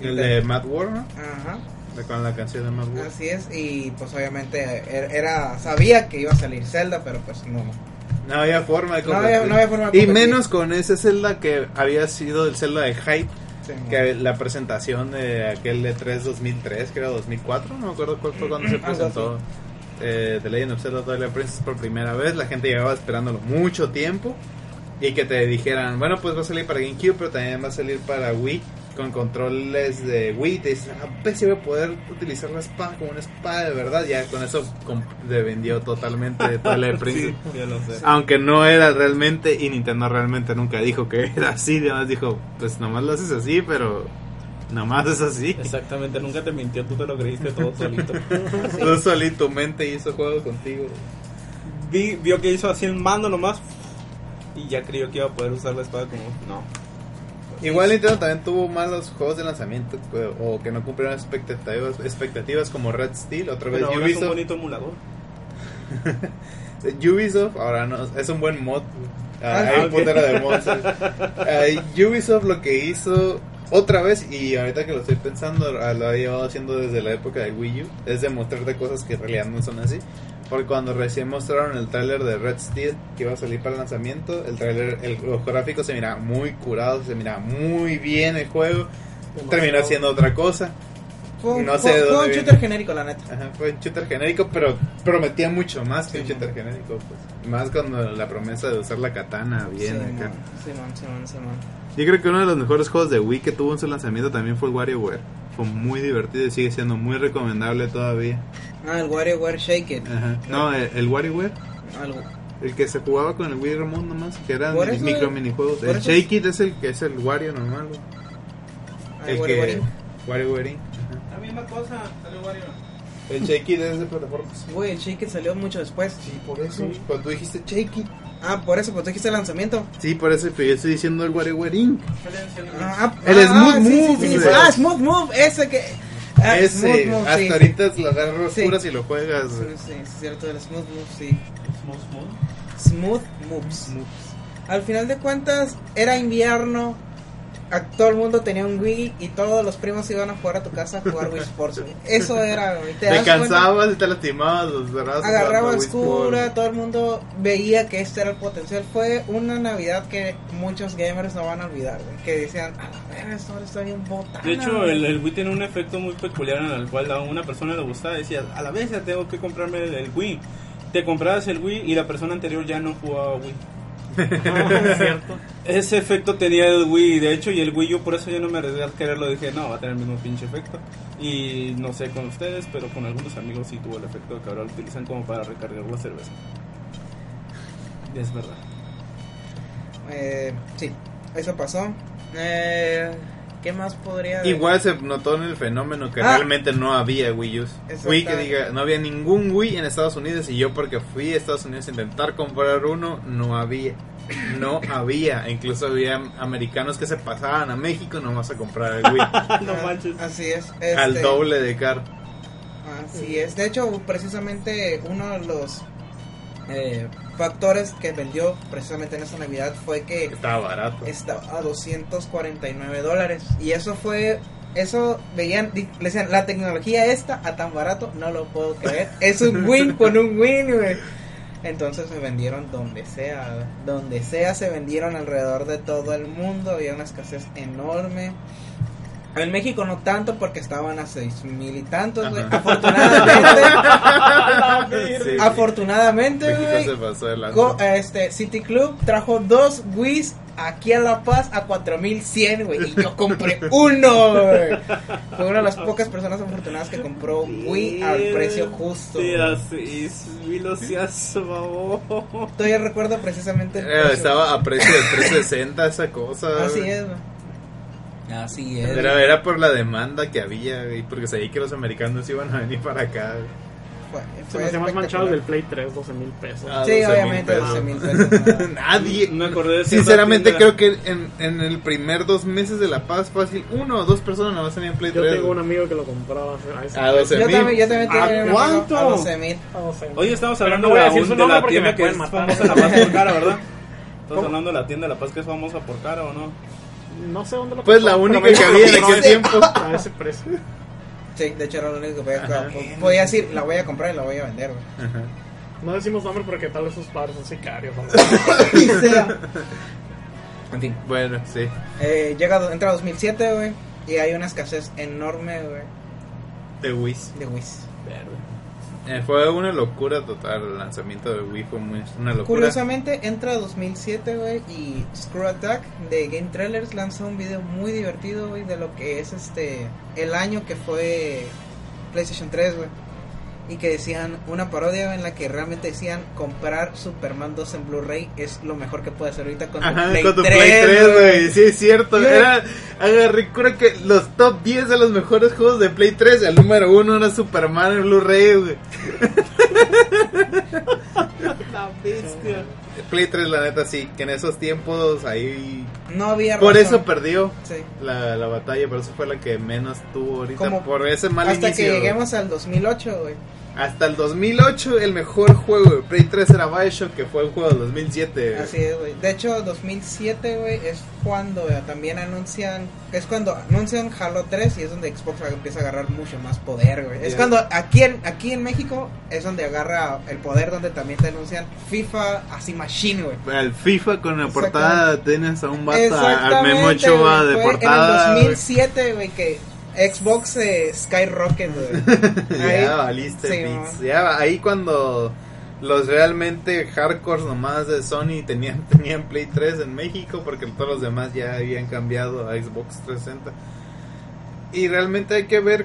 Speaker 3: El de Mad War, ¿no?
Speaker 4: Ajá,
Speaker 3: De- Con la canción de Mad War.
Speaker 4: así es y pues obviamente er- era sabía que iba a salir Zelda, pero pues no.
Speaker 3: No había forma de
Speaker 4: No había- no había forma de
Speaker 3: y
Speaker 4: competir.
Speaker 3: menos con ese Zelda que había sido el Zelda de hype.
Speaker 4: Sí,
Speaker 3: Que la presentación de aquel E3 2003, creo 2004, no me acuerdo cuál fue cuando se
Speaker 4: Algo
Speaker 3: presentó eh, The Legend of Zelda Twilight Princess por primera vez. La gente llevaba esperándolo mucho tiempo y que te dijeran, bueno, pues va a salir para GameCube, pero también va a salir para Wii con controles de Wii. Te dicen, ah, pues sí voy a poder utilizar la espada como una espada de verdad. Ya con eso com- te vendió
Speaker 4: [LAUGHS]
Speaker 3: totalmente Twilight Princess.
Speaker 2: Sí, ya lo sé.
Speaker 3: Aunque no era realmente, y Nintendo realmente nunca dijo que era así, además dijo, pues nomás lo haces así, pero nomás es así.
Speaker 2: Exactamente, nunca te mintió, tú te lo creíste todo solito.
Speaker 3: Tú solito, tu mente hizo juego contigo.
Speaker 2: Vi, vio que hizo así el mando nomás y ya creyó que iba a poder usar la espada como... No.
Speaker 3: Igual Nintendo también tuvo malos juegos de lanzamiento o- o que no cumplieron expectativas, expectativas como Red Steel, otra vez
Speaker 2: Pero ahora es un
Speaker 3: Ubisoft.
Speaker 2: bonito emulador.
Speaker 3: Eh, Ubisoft ahora no, es un buen mod. Ah,
Speaker 4: Ah,
Speaker 3: hay un
Speaker 2: ok.
Speaker 3: putero de mods. Ah, Ubisoft lo que hizo otra vez, y ahorita que lo estoy pensando, ah, lo ha llevado haciendo desde la época de Wii U, es demostrarte cosas que en realidad no son así. Porque cuando recién mostraron el tráiler de Red Steel que iba a salir para el lanzamiento, el tráiler, el, los gráficos se miraba muy curado, se miraba muy bien el juego. Terminó haciendo otra cosa.
Speaker 4: Fue un,
Speaker 3: no sé
Speaker 4: fue-
Speaker 3: de
Speaker 4: fue
Speaker 3: dónde
Speaker 4: un
Speaker 3: viene.
Speaker 4: shooter genérico la neta.
Speaker 3: Ajá, fue un shooter genérico, pero prometía mucho más que un shooter genérico. Pues. Más cuando la promesa de usar la katana bien
Speaker 4: Simón,
Speaker 3: acá.
Speaker 4: Simón, Simón, Simón.
Speaker 3: Yo creo que uno de los mejores juegos de Wii que tuvo en su lanzamiento también fue el WarioWare. Fue muy divertido y sigue siendo muy recomendable todavía.
Speaker 4: Ah, el WarioWare Shake It.
Speaker 3: Ajá. No, el, el WarioWare,
Speaker 4: Algo.
Speaker 3: el que se jugaba con el Wii Remote nomás, que eran
Speaker 4: Por eso-
Speaker 3: micro minijuegos.
Speaker 4: por
Speaker 3: El
Speaker 4: eso-
Speaker 3: Shake It es el que es el Wario normal. güey.
Speaker 4: Ah,
Speaker 3: El
Speaker 4: WarioWare.
Speaker 3: que. WarioWare. Inc. Ajá.
Speaker 2: La misma cosa, salió Wario.
Speaker 3: El Shake It es de plataformas.
Speaker 4: Güey, el Shake It salió mucho después.
Speaker 3: Sí, por eso. Cuando tú dijiste Shake It.
Speaker 4: Ah, por eso, pues tú dijiste el lanzamiento.
Speaker 3: Sí, por eso pero yo estoy diciendo el WarioWare Inc.
Speaker 4: Ah,
Speaker 3: El Smooth Move,
Speaker 4: sí, sí, sí.
Speaker 3: güey.
Speaker 4: Ah, Smooth Move, ese que. ah,
Speaker 3: Ese,
Speaker 4: Smooth Move,
Speaker 3: hasta
Speaker 4: sí.
Speaker 3: ahorita lo agarras
Speaker 4: Sí.
Speaker 3: puras y lo juegas.
Speaker 4: Sí,
Speaker 3: güey.
Speaker 4: sí, es cierto, el Smooth Move, sí. Smooth Moves. Al final de cuentas, era invierno. a- todo el mundo tenía un Wii y todos los primos iban a jugar a tu casa a jugar Wii Sports. güey. Eso era, güey.
Speaker 3: [LAUGHS] Te,
Speaker 4: das cuenta?
Speaker 3: cansabas y te lastimabas los brazos.
Speaker 4: agarraba
Speaker 3: jugando Wii
Speaker 4: oscura,
Speaker 3: Sport.
Speaker 4: todo el mundo veía que este era el potencial. Fue una Navidad que muchos gamers no van a olvidar, güey, que decían, a la verga, esto ahora está bien botana.
Speaker 2: De hecho,
Speaker 4: güey".
Speaker 2: el, el Wii tiene un efecto muy peculiar en el cual a una persona le gustaba. Decía, a la vez ya tengo que comprarme el, el Wii. Te comprabas el Wii y la persona anterior ya no jugaba Wii.
Speaker 5: cierto.
Speaker 2: Ese efecto tenía el Wii, de hecho, y el Wii yo por eso yo no me arriesgué a quererlo. Dije, no, va a tener el mismo pinche efecto. Y no sé con ustedes, pero con algunos amigos sí tuvo el efecto de que ahora lo utilizan como para recargar la cerveza. Es verdad.
Speaker 4: Eh, sí, eso pasó. Eh, ¿Qué más podría decir?
Speaker 3: Igual se notó en el fenómeno que
Speaker 4: Ah.
Speaker 3: realmente no había Wii U.
Speaker 4: Exactamente.
Speaker 3: Wii que diga, no había ningún Wii en Estados Unidos y yo porque fui a Estados Unidos a intentar comprar uno, no había. No
Speaker 4: [LAUGHS]
Speaker 3: había. Incluso había americanos que se pasaban a México nomás a comprar el
Speaker 4: [LAUGHS]
Speaker 3: Wii.
Speaker 2: no manches.
Speaker 4: Ah, Así es. este,
Speaker 3: Al doble de caro.
Speaker 4: Así es. De hecho, precisamente uno de los eh, factores que vendió precisamente en esa Navidad fue que
Speaker 3: Estaba barato.
Speaker 4: estaba a 249 dólares. Y eso fue, eso veían, di- le decían, la tecnología esta a tan barato, no lo puedo
Speaker 3: [LAUGHS]
Speaker 4: creer. Es un win con un win, güey. Entonces se vendieron donde sea, donde sea se vendieron alrededor de todo el mundo, había una escasez enorme. En México no tanto porque estaban a seis mil y tantos, güey.
Speaker 3: Ajá.
Speaker 4: Afortunadamente,
Speaker 3: [LAUGHS] [LAUGHS] Sí.
Speaker 4: afortunadamente, güey,
Speaker 3: México se pasó de lanza.
Speaker 4: Go- este City Club trajo dos Wii's aquí a La Paz a 4100, güey, y yo
Speaker 5: [LAUGHS]
Speaker 4: compré uno. güey. Fue una de las pocas personas afortunadas que compró un Wii al precio justo.
Speaker 2: Sí,
Speaker 5: ah.
Speaker 4: güey.
Speaker 2: así, sí, lo [LAUGHS] seas, babo.
Speaker 4: Todavía recuerdo precisamente el
Speaker 3: Eh,
Speaker 4: precio.
Speaker 3: estaba a precio de 360 esa cosa.
Speaker 4: Así
Speaker 3: güey.
Speaker 4: es. güey. Así es.
Speaker 3: Era, era por la demanda que había, güey, porque sabía que los americanos iban a venir para acá. güey.
Speaker 4: Fue-
Speaker 5: Se
Speaker 4: fue
Speaker 5: me hacía más manchado del
Speaker 4: espectacular.
Speaker 5: Play 3, 12 mil pesos.
Speaker 3: Ah,
Speaker 4: Sí,
Speaker 3: 12,000
Speaker 4: obviamente,
Speaker 3: pesos.
Speaker 4: 12 mil
Speaker 5: [LAUGHS]
Speaker 4: pesos. ¿no?
Speaker 3: Nadie.
Speaker 2: Me acordé de cierta
Speaker 3: Sinceramente
Speaker 2: tienda.
Speaker 3: creo que en, en el primer dos meses de La Paz fácil, uno o dos personas nomás tenían Play
Speaker 5: Yo
Speaker 3: 3.
Speaker 5: tengo un amigo que lo compraba a ese
Speaker 3: A 12
Speaker 4: Yo también, yo también
Speaker 5: ¿A
Speaker 4: tenía un
Speaker 5: cuánto?
Speaker 4: amigo a 12,000.
Speaker 2: Oye, estamos
Speaker 5: Pero
Speaker 2: hablando
Speaker 5: no voy a
Speaker 2: de,
Speaker 5: decir
Speaker 2: aún
Speaker 5: su
Speaker 2: de
Speaker 5: nombre
Speaker 2: la
Speaker 5: porque
Speaker 2: tienda
Speaker 5: me
Speaker 2: que
Speaker 5: pueden
Speaker 2: es
Speaker 5: matar.
Speaker 2: famosa La Paz por cara,
Speaker 3: [LAUGHS]
Speaker 2: ¿verdad? Estamos
Speaker 5: ¿Cómo?
Speaker 2: hablando de la tienda de La Paz que es famosa por cara, ¿o no?
Speaker 5: No sé dónde lo
Speaker 3: Pues la
Speaker 5: compró,
Speaker 3: única
Speaker 5: pero
Speaker 3: que
Speaker 5: me
Speaker 3: había en
Speaker 5: lo compró
Speaker 3: aquel tiempo.
Speaker 5: [LAUGHS] A ese precio.
Speaker 4: Sí, de hecho era lo único que podía Podía decir, la voy a comprar y la voy a vender, güey.
Speaker 3: Ajá.
Speaker 5: No decimos nombre porque tal vez sus padres son sicarios. ¿no?
Speaker 3: [LAUGHS]
Speaker 4: [LAUGHS]
Speaker 5: [LAUGHS]
Speaker 4: Y sea. En fin.
Speaker 3: Bueno, sí.
Speaker 4: Eh, llega, entra 2007, güey. Y hay una escasez enorme, güey,
Speaker 3: De Wiz.
Speaker 4: de Wii's.
Speaker 3: Eh, fue una locura total. El lanzamiento de Wii fue muy, una locura.
Speaker 4: Curiosamente, entra 2007, güey. Y Screw Attack de Game Trailers lanza un video muy divertido, güey, de lo que es este. El año que fue PlayStation 3, güey. Y que decían una parodia güey, en la que realmente decían comprar Superman 2 en Blu-ray es lo mejor que puede hacer ahorita con tu
Speaker 3: Ajá,
Speaker 4: Play
Speaker 3: con tu
Speaker 4: 3.
Speaker 3: Play 3,
Speaker 4: güey.
Speaker 3: güey. Sí, es cierto.
Speaker 4: Yo-
Speaker 3: Era, agarré, creo que los top 10 de los mejores juegos de Play 3. El número 1 era Superman en Blu-ray,
Speaker 4: [LAUGHS]
Speaker 3: güey.
Speaker 2: La bestia.
Speaker 3: Play 3, la neta, sí. Que en esos tiempos ahí.
Speaker 4: No había
Speaker 3: Por
Speaker 4: razón.
Speaker 3: eso perdió
Speaker 4: Sí.
Speaker 3: la, la batalla. Por eso fue la que menos tuvo ahorita.
Speaker 4: Como-
Speaker 3: por ese mal
Speaker 4: Hasta
Speaker 3: inicio.
Speaker 4: que lleguemos al 2008, güey.
Speaker 3: Hasta el 2008, el mejor juego de Play 3 era Bioshock, que fue el juego del 2007. güey.
Speaker 4: Así es, güey. De hecho, 2007, güey, es cuando eh, también anuncian. Es cuando anuncian Halo 3 y es donde Xbox empieza a agarrar mucho más poder, güey. Es
Speaker 3: Ya.
Speaker 4: cuando aquí en, aquí en México es donde agarra el poder, donde también te anuncian FIFA así Machine, güey.
Speaker 3: Al FIFA con la
Speaker 4: Exactamente.
Speaker 3: portada tienes a un vato, a- al
Speaker 4: Exactamente,
Speaker 3: Memo Ochoa
Speaker 4: güey.
Speaker 3: de
Speaker 4: Fue
Speaker 3: portada.
Speaker 4: En el
Speaker 3: güey.
Speaker 4: 2007, güey, que Xbox eh, Skyrocket, güey.
Speaker 3: [LAUGHS]
Speaker 4: Ahí-
Speaker 3: ya valiste,
Speaker 4: sí,
Speaker 3: Beats.
Speaker 4: mamá.
Speaker 3: Ya, ahí cuando los realmente hardcores nomás de Sony tenían, [LAUGHS] tenían Play 3 en México, porque todos los demás ya habían cambiado a Xbox 360. Y realmente hay que ver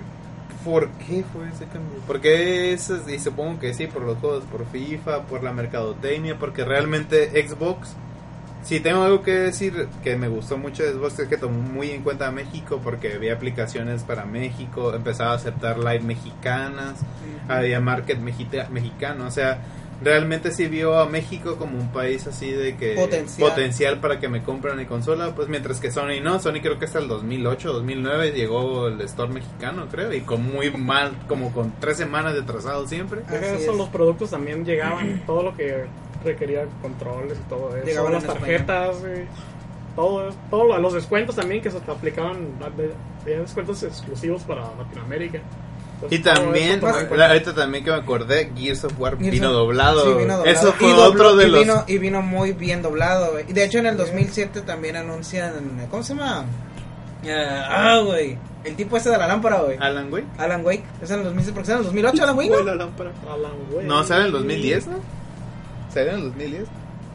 Speaker 3: por qué fue ese cambio. Porque es, y supongo que sí, por los juegos, por FIFA, por la mercadotecnia, porque realmente Xbox. Si tengo algo que decir que me gustó mucho de Xbox es que tomó muy en cuenta a México porque había aplicaciones para México, empezaba a aceptar live mexicanas, había market mexita- mexicano, o sea, realmente sí vio a México como un país así de que
Speaker 4: Potencial.
Speaker 3: potencial para que me compren mi consola, pues mientras que Sony no, Sony creo que hasta el 2008, 2009 llegó el store mexicano, creo, y con muy mal, como con tres semanas de atrasado siempre.
Speaker 4: Así
Speaker 5: Deja eso,
Speaker 4: es.
Speaker 5: los productos también llegaban, todo lo que requería controles y todo eso.
Speaker 4: Llegaban
Speaker 5: las
Speaker 4: en español.
Speaker 5: tarjetas, güey, todo, eso, todo lo- los descuentos también que se te aplicaban, de- había descuentos exclusivos para Latinoamérica. Entonces,
Speaker 3: Y
Speaker 5: todo eso
Speaker 3: también,
Speaker 5: tomaba en
Speaker 4: pasa.
Speaker 3: la- ahorita también que me acordé, Gears of War
Speaker 4: Gears
Speaker 3: vino
Speaker 4: of-
Speaker 3: doblado.
Speaker 4: Sí, vino doblado.
Speaker 3: Eso fue
Speaker 4: Y dobló-
Speaker 3: otro de
Speaker 4: y
Speaker 3: los...
Speaker 4: Vino, y vino muy bien doblado, güey. Y de hecho, en el 2007 también anuncian. ¿Cómo se llama? Eh, ah, güey. El tipo ese de la lámpara, güey.
Speaker 3: Alan, güey.
Speaker 4: Alan Wake. Es en el 2007. Porque es en el 2008, Alan Wake. Ah,
Speaker 2: Fue
Speaker 4: ¿no?
Speaker 2: la lámpara.
Speaker 5: cuenta. Alan Wake.
Speaker 3: No, sale en el 2010, ¿no? Sale en el 2010.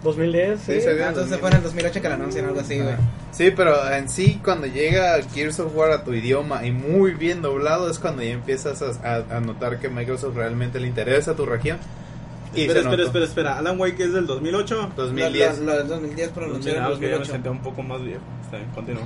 Speaker 5: 2010, sí.
Speaker 3: Sí, sale en
Speaker 4: Ah,
Speaker 3: el
Speaker 4: Entonces
Speaker 3: 2010.
Speaker 4: fue en el 2008 que la anuncian algo así, güey.
Speaker 3: Sí, pero en sí, cuando llega Gears of War a tu idioma y muy bien doblado, es cuando ya empiezas a, a- a notar que Microsoft realmente le interesa tu región. Y
Speaker 2: Espera,
Speaker 3: se
Speaker 2: espera,
Speaker 3: notó.
Speaker 2: espera, espera. Alan Wake es del 2008.
Speaker 3: 2010.
Speaker 4: Lo, lo- lo del 2010, pero lo anunciaron
Speaker 2: Ah,
Speaker 4: en
Speaker 2: ok, ya me
Speaker 4: 2008.
Speaker 2: sentía un poco más viejo. Está bien, continúo.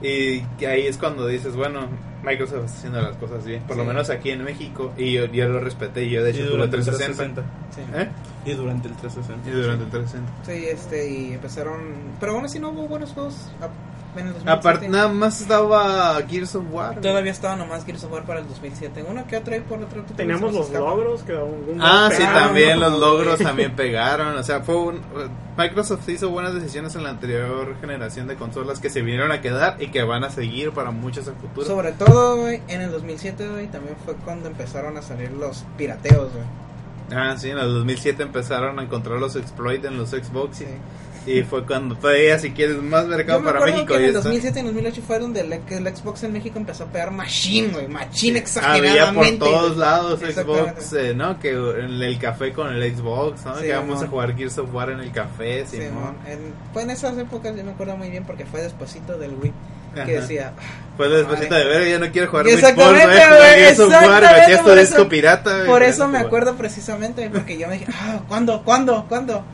Speaker 3: Y que ahí es cuando dices, bueno, Microsoft está haciendo las cosas bien. Por lo
Speaker 4: Sí.
Speaker 3: menos aquí en México. Y yo, yo lo respeté. Yo, de
Speaker 2: Y
Speaker 3: hecho, tuve
Speaker 2: durante el
Speaker 3: 360.
Speaker 2: 360.
Speaker 4: Sí.
Speaker 3: ¿Eh?
Speaker 2: Y durante el
Speaker 3: Y
Speaker 2: 360.
Speaker 3: durante el 360.
Speaker 4: Sí, este, y empezaron. Pero aún así no hubo buenos juegos. Ah, en el 2007.
Speaker 3: Aparte, nada más estaba Gears of War. güey.
Speaker 4: Todavía estaba nomás Gears of War para el 2007. Uno que otro ahí por otro. otro
Speaker 5: Teníamos
Speaker 4: se nos
Speaker 5: los
Speaker 4: escapa.
Speaker 5: logros que algún
Speaker 3: Ah, sí,
Speaker 5: pegaron,
Speaker 3: también
Speaker 5: ¿no?
Speaker 3: los logros
Speaker 4: [LAUGHS]
Speaker 3: también pegaron. O sea, fue un- Microsoft hizo buenas decisiones en la anterior generación de consolas que se vinieron a quedar y que van a seguir para muchas en futuro.
Speaker 4: Sobre todo, güey, en el 2007, güey, también fue cuando empezaron a salir los pirateos, güey.
Speaker 3: Ah, sí, en el 2007 empezaron a encontrar los exploits en los Xbox y,
Speaker 4: Sí.
Speaker 3: y fue cuando todavía si quieres más
Speaker 4: Yo
Speaker 3: mercado
Speaker 4: me
Speaker 3: para
Speaker 4: acuerdo
Speaker 3: México.
Speaker 4: que en
Speaker 3: y
Speaker 4: el
Speaker 3: está.
Speaker 4: 2007 y 2008 fue donde la- que el, Xbox en México empezó a pegar machine, güey. Machine
Speaker 3: Había Ah, por
Speaker 4: exageradamente.
Speaker 3: todos lados
Speaker 4: Exactamente.
Speaker 3: Xbox, eh, ¿no? Que en el café con el Xbox, ¿no?
Speaker 4: Sí,
Speaker 3: que vamos
Speaker 4: mon.
Speaker 3: a jugar Gears of War en el café,
Speaker 4: Sí,
Speaker 3: Simón.
Speaker 4: mon. En- fue en esas épocas, yo me acuerdo muy bien, porque fue despuésito del Wii.
Speaker 3: Ajá.
Speaker 4: Que decía, "Ah,
Speaker 3: Fue después
Speaker 4: Madre.
Speaker 3: de ver, ya no quiero jugar
Speaker 4: Exactamente,
Speaker 3: Wii Sports, voy a jugar
Speaker 4: güey,
Speaker 3: Gears of War,
Speaker 4: exactamente,
Speaker 3: metías tu
Speaker 4: por
Speaker 3: disco
Speaker 4: eso-
Speaker 3: pirata. güey,
Speaker 4: por
Speaker 3: y
Speaker 4: eso
Speaker 3: ya
Speaker 4: me
Speaker 3: no
Speaker 4: acuerdo precisamente, porque yo me dije, ah, ¿cuándo, cuándo, cuándo?
Speaker 3: jugaba.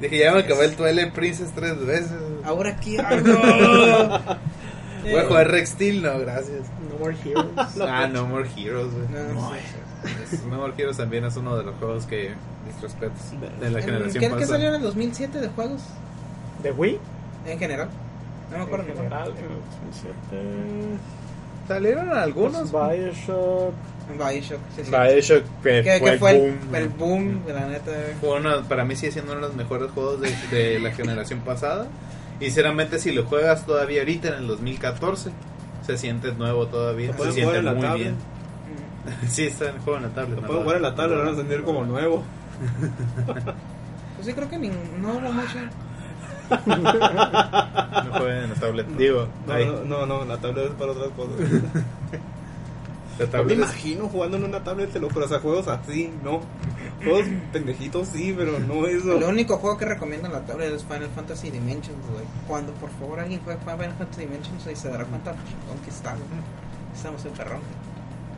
Speaker 3: Dije, ya me acabé el Twilight Princess tres veces.
Speaker 4: Ahora aquí.
Speaker 3: Ah,
Speaker 4: [LAUGHS]
Speaker 3: Voy
Speaker 4: eh.
Speaker 3: a jugar Rex Steel, no, gracias.
Speaker 5: No More Heroes.
Speaker 3: Ah, No More Heroes, güey.
Speaker 4: No,
Speaker 3: No,
Speaker 4: sí,
Speaker 3: es- No More Heroes también es uno de los juegos que, mis respetos, de la generación
Speaker 4: ¿Qué, qué
Speaker 3: pasada.
Speaker 4: salió en el 2007 de juegos?
Speaker 5: ¿De Wii?
Speaker 4: En general. No me acuerdo.
Speaker 5: En general, en el 2007.
Speaker 3: Salieron algunos.
Speaker 5: Pues Bioshock.
Speaker 4: Bioshock. Sí, sí.
Speaker 3: Bioshock, que,
Speaker 4: Que, que
Speaker 3: el
Speaker 4: fue el
Speaker 3: boom. Mm.
Speaker 4: boom, el boom, la neta. eh. Mm. güey.
Speaker 3: Fue uno- para mí sigue siendo uno de los mejores juegos de, de la generación pasada. Y sinceramente, si lo juegas todavía ahorita en el 2014, se siente nuevo todavía.
Speaker 2: ¿Lo
Speaker 3: Se
Speaker 2: pueden jugar
Speaker 3: siente
Speaker 2: en la
Speaker 3: muy
Speaker 2: tablet?
Speaker 3: bien. Sí, está en el juego en la tablet.
Speaker 2: Lo
Speaker 3: ¿no?
Speaker 2: pueden jugar en la tabla, lo van a sentir como nuevo.
Speaker 4: Pues sí, creo que ni, no
Speaker 3: Ah,
Speaker 4: hubo mucho.
Speaker 3: No jueguen en la tablet. Digo,
Speaker 2: No,
Speaker 3: ahí.
Speaker 2: no, no, no, la tablet es para otras
Speaker 3: [LAUGHS]
Speaker 2: cosas. No me
Speaker 3: La tablet es-
Speaker 2: imagino jugando en una tablet, te lo pero o sea, juegos así, no. Juegos pendejitos sí, pero no eso.
Speaker 4: El único juego que recomiendo en la tablet es Final Fantasy Dimensions, güey. Cuando por favor alguien juegue Final Fantasy Dimensions y se dará
Speaker 3: Mm.
Speaker 4: cuenta lo chingón que está, güey. Estamos
Speaker 3: [LAUGHS]
Speaker 4: en perrón.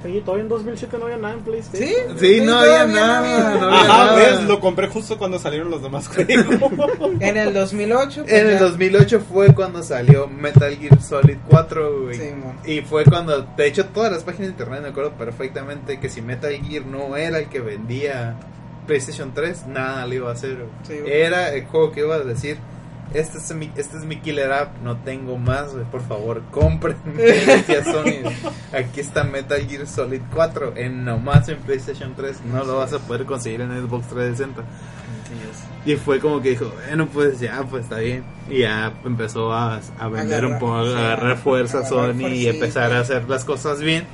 Speaker 5: Oye, todavía en 2007 no había nada en PlayStation.
Speaker 4: Sí,
Speaker 3: Sí, no había
Speaker 4: todavía
Speaker 3: nada, no había
Speaker 2: Ajá,
Speaker 3: nada.
Speaker 2: ves, Ah, pues, lo compré justo cuando salieron los
Speaker 4: [LAUGHS]
Speaker 2: demás juegos.
Speaker 4: En el 2008. pues,
Speaker 3: En el
Speaker 4: ya-
Speaker 3: 2008 fue cuando salió Metal Gear Solid 4, güey.
Speaker 4: Sí, mon.
Speaker 3: y fue cuando, de hecho, todas las páginas de internet me acuerdo perfectamente que si Metal Gear no era el que vendía PlayStation 3, nada le iba a hacer. güey.
Speaker 4: Sí, güey.
Speaker 3: era el juego que iba a decir, este es mi, este es mi killer app, no tengo más, güey, por favor, compren. Decía Sony, aquí está Metal Gear Solid 4, en nomás en PlayStation 3, no lo vas a poder conseguir en Xbox 360. Y fue como que dijo, bueno, pues ya, pues está bien. Y ya empezó a, a vender
Speaker 4: Agarrar,
Speaker 3: un poco, a
Speaker 4: sí,
Speaker 3: agarrar fuerza Sony
Speaker 4: agarrar
Speaker 3: y
Speaker 4: fuercita.
Speaker 3: empezar a hacer las cosas bien.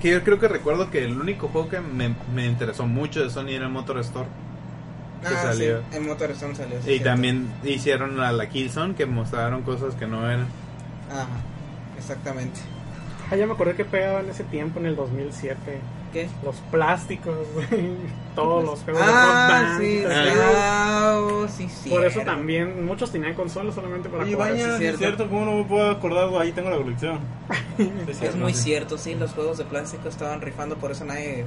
Speaker 3: Que yo creo que recuerdo que el único juego que me, me interesó mucho de Sony era Motor Store. que
Speaker 4: Ah, sí,
Speaker 3: salió.
Speaker 4: en Motor Storm salió. sí,
Speaker 3: Y
Speaker 4: cierto.
Speaker 3: también hicieron a la Killzone que mostraron cosas que no eran.
Speaker 4: Ajá, exactamente.
Speaker 5: Ah, ya me acordé que pegaba en ese tiempo, en el 2007.
Speaker 4: ¿Qué?
Speaker 5: Los plásticos, güey. [LAUGHS] Todos los juegos
Speaker 4: Ah, sí,
Speaker 5: de rock band,
Speaker 3: sí.
Speaker 5: todos.
Speaker 4: ah, oh, sí, sí.
Speaker 5: Por eso también, muchos tenían consolas solamente para
Speaker 2: Oye,
Speaker 5: jugar.
Speaker 4: sí,
Speaker 2: vaya,
Speaker 4: es
Speaker 2: sí es
Speaker 4: cierto.
Speaker 2: cierto, ¿cómo no me puedo acordar? Ahí tengo la colección.
Speaker 4: [LAUGHS] Es muy cierto, sí, los juegos de plástico estaban rifando, por eso nadie...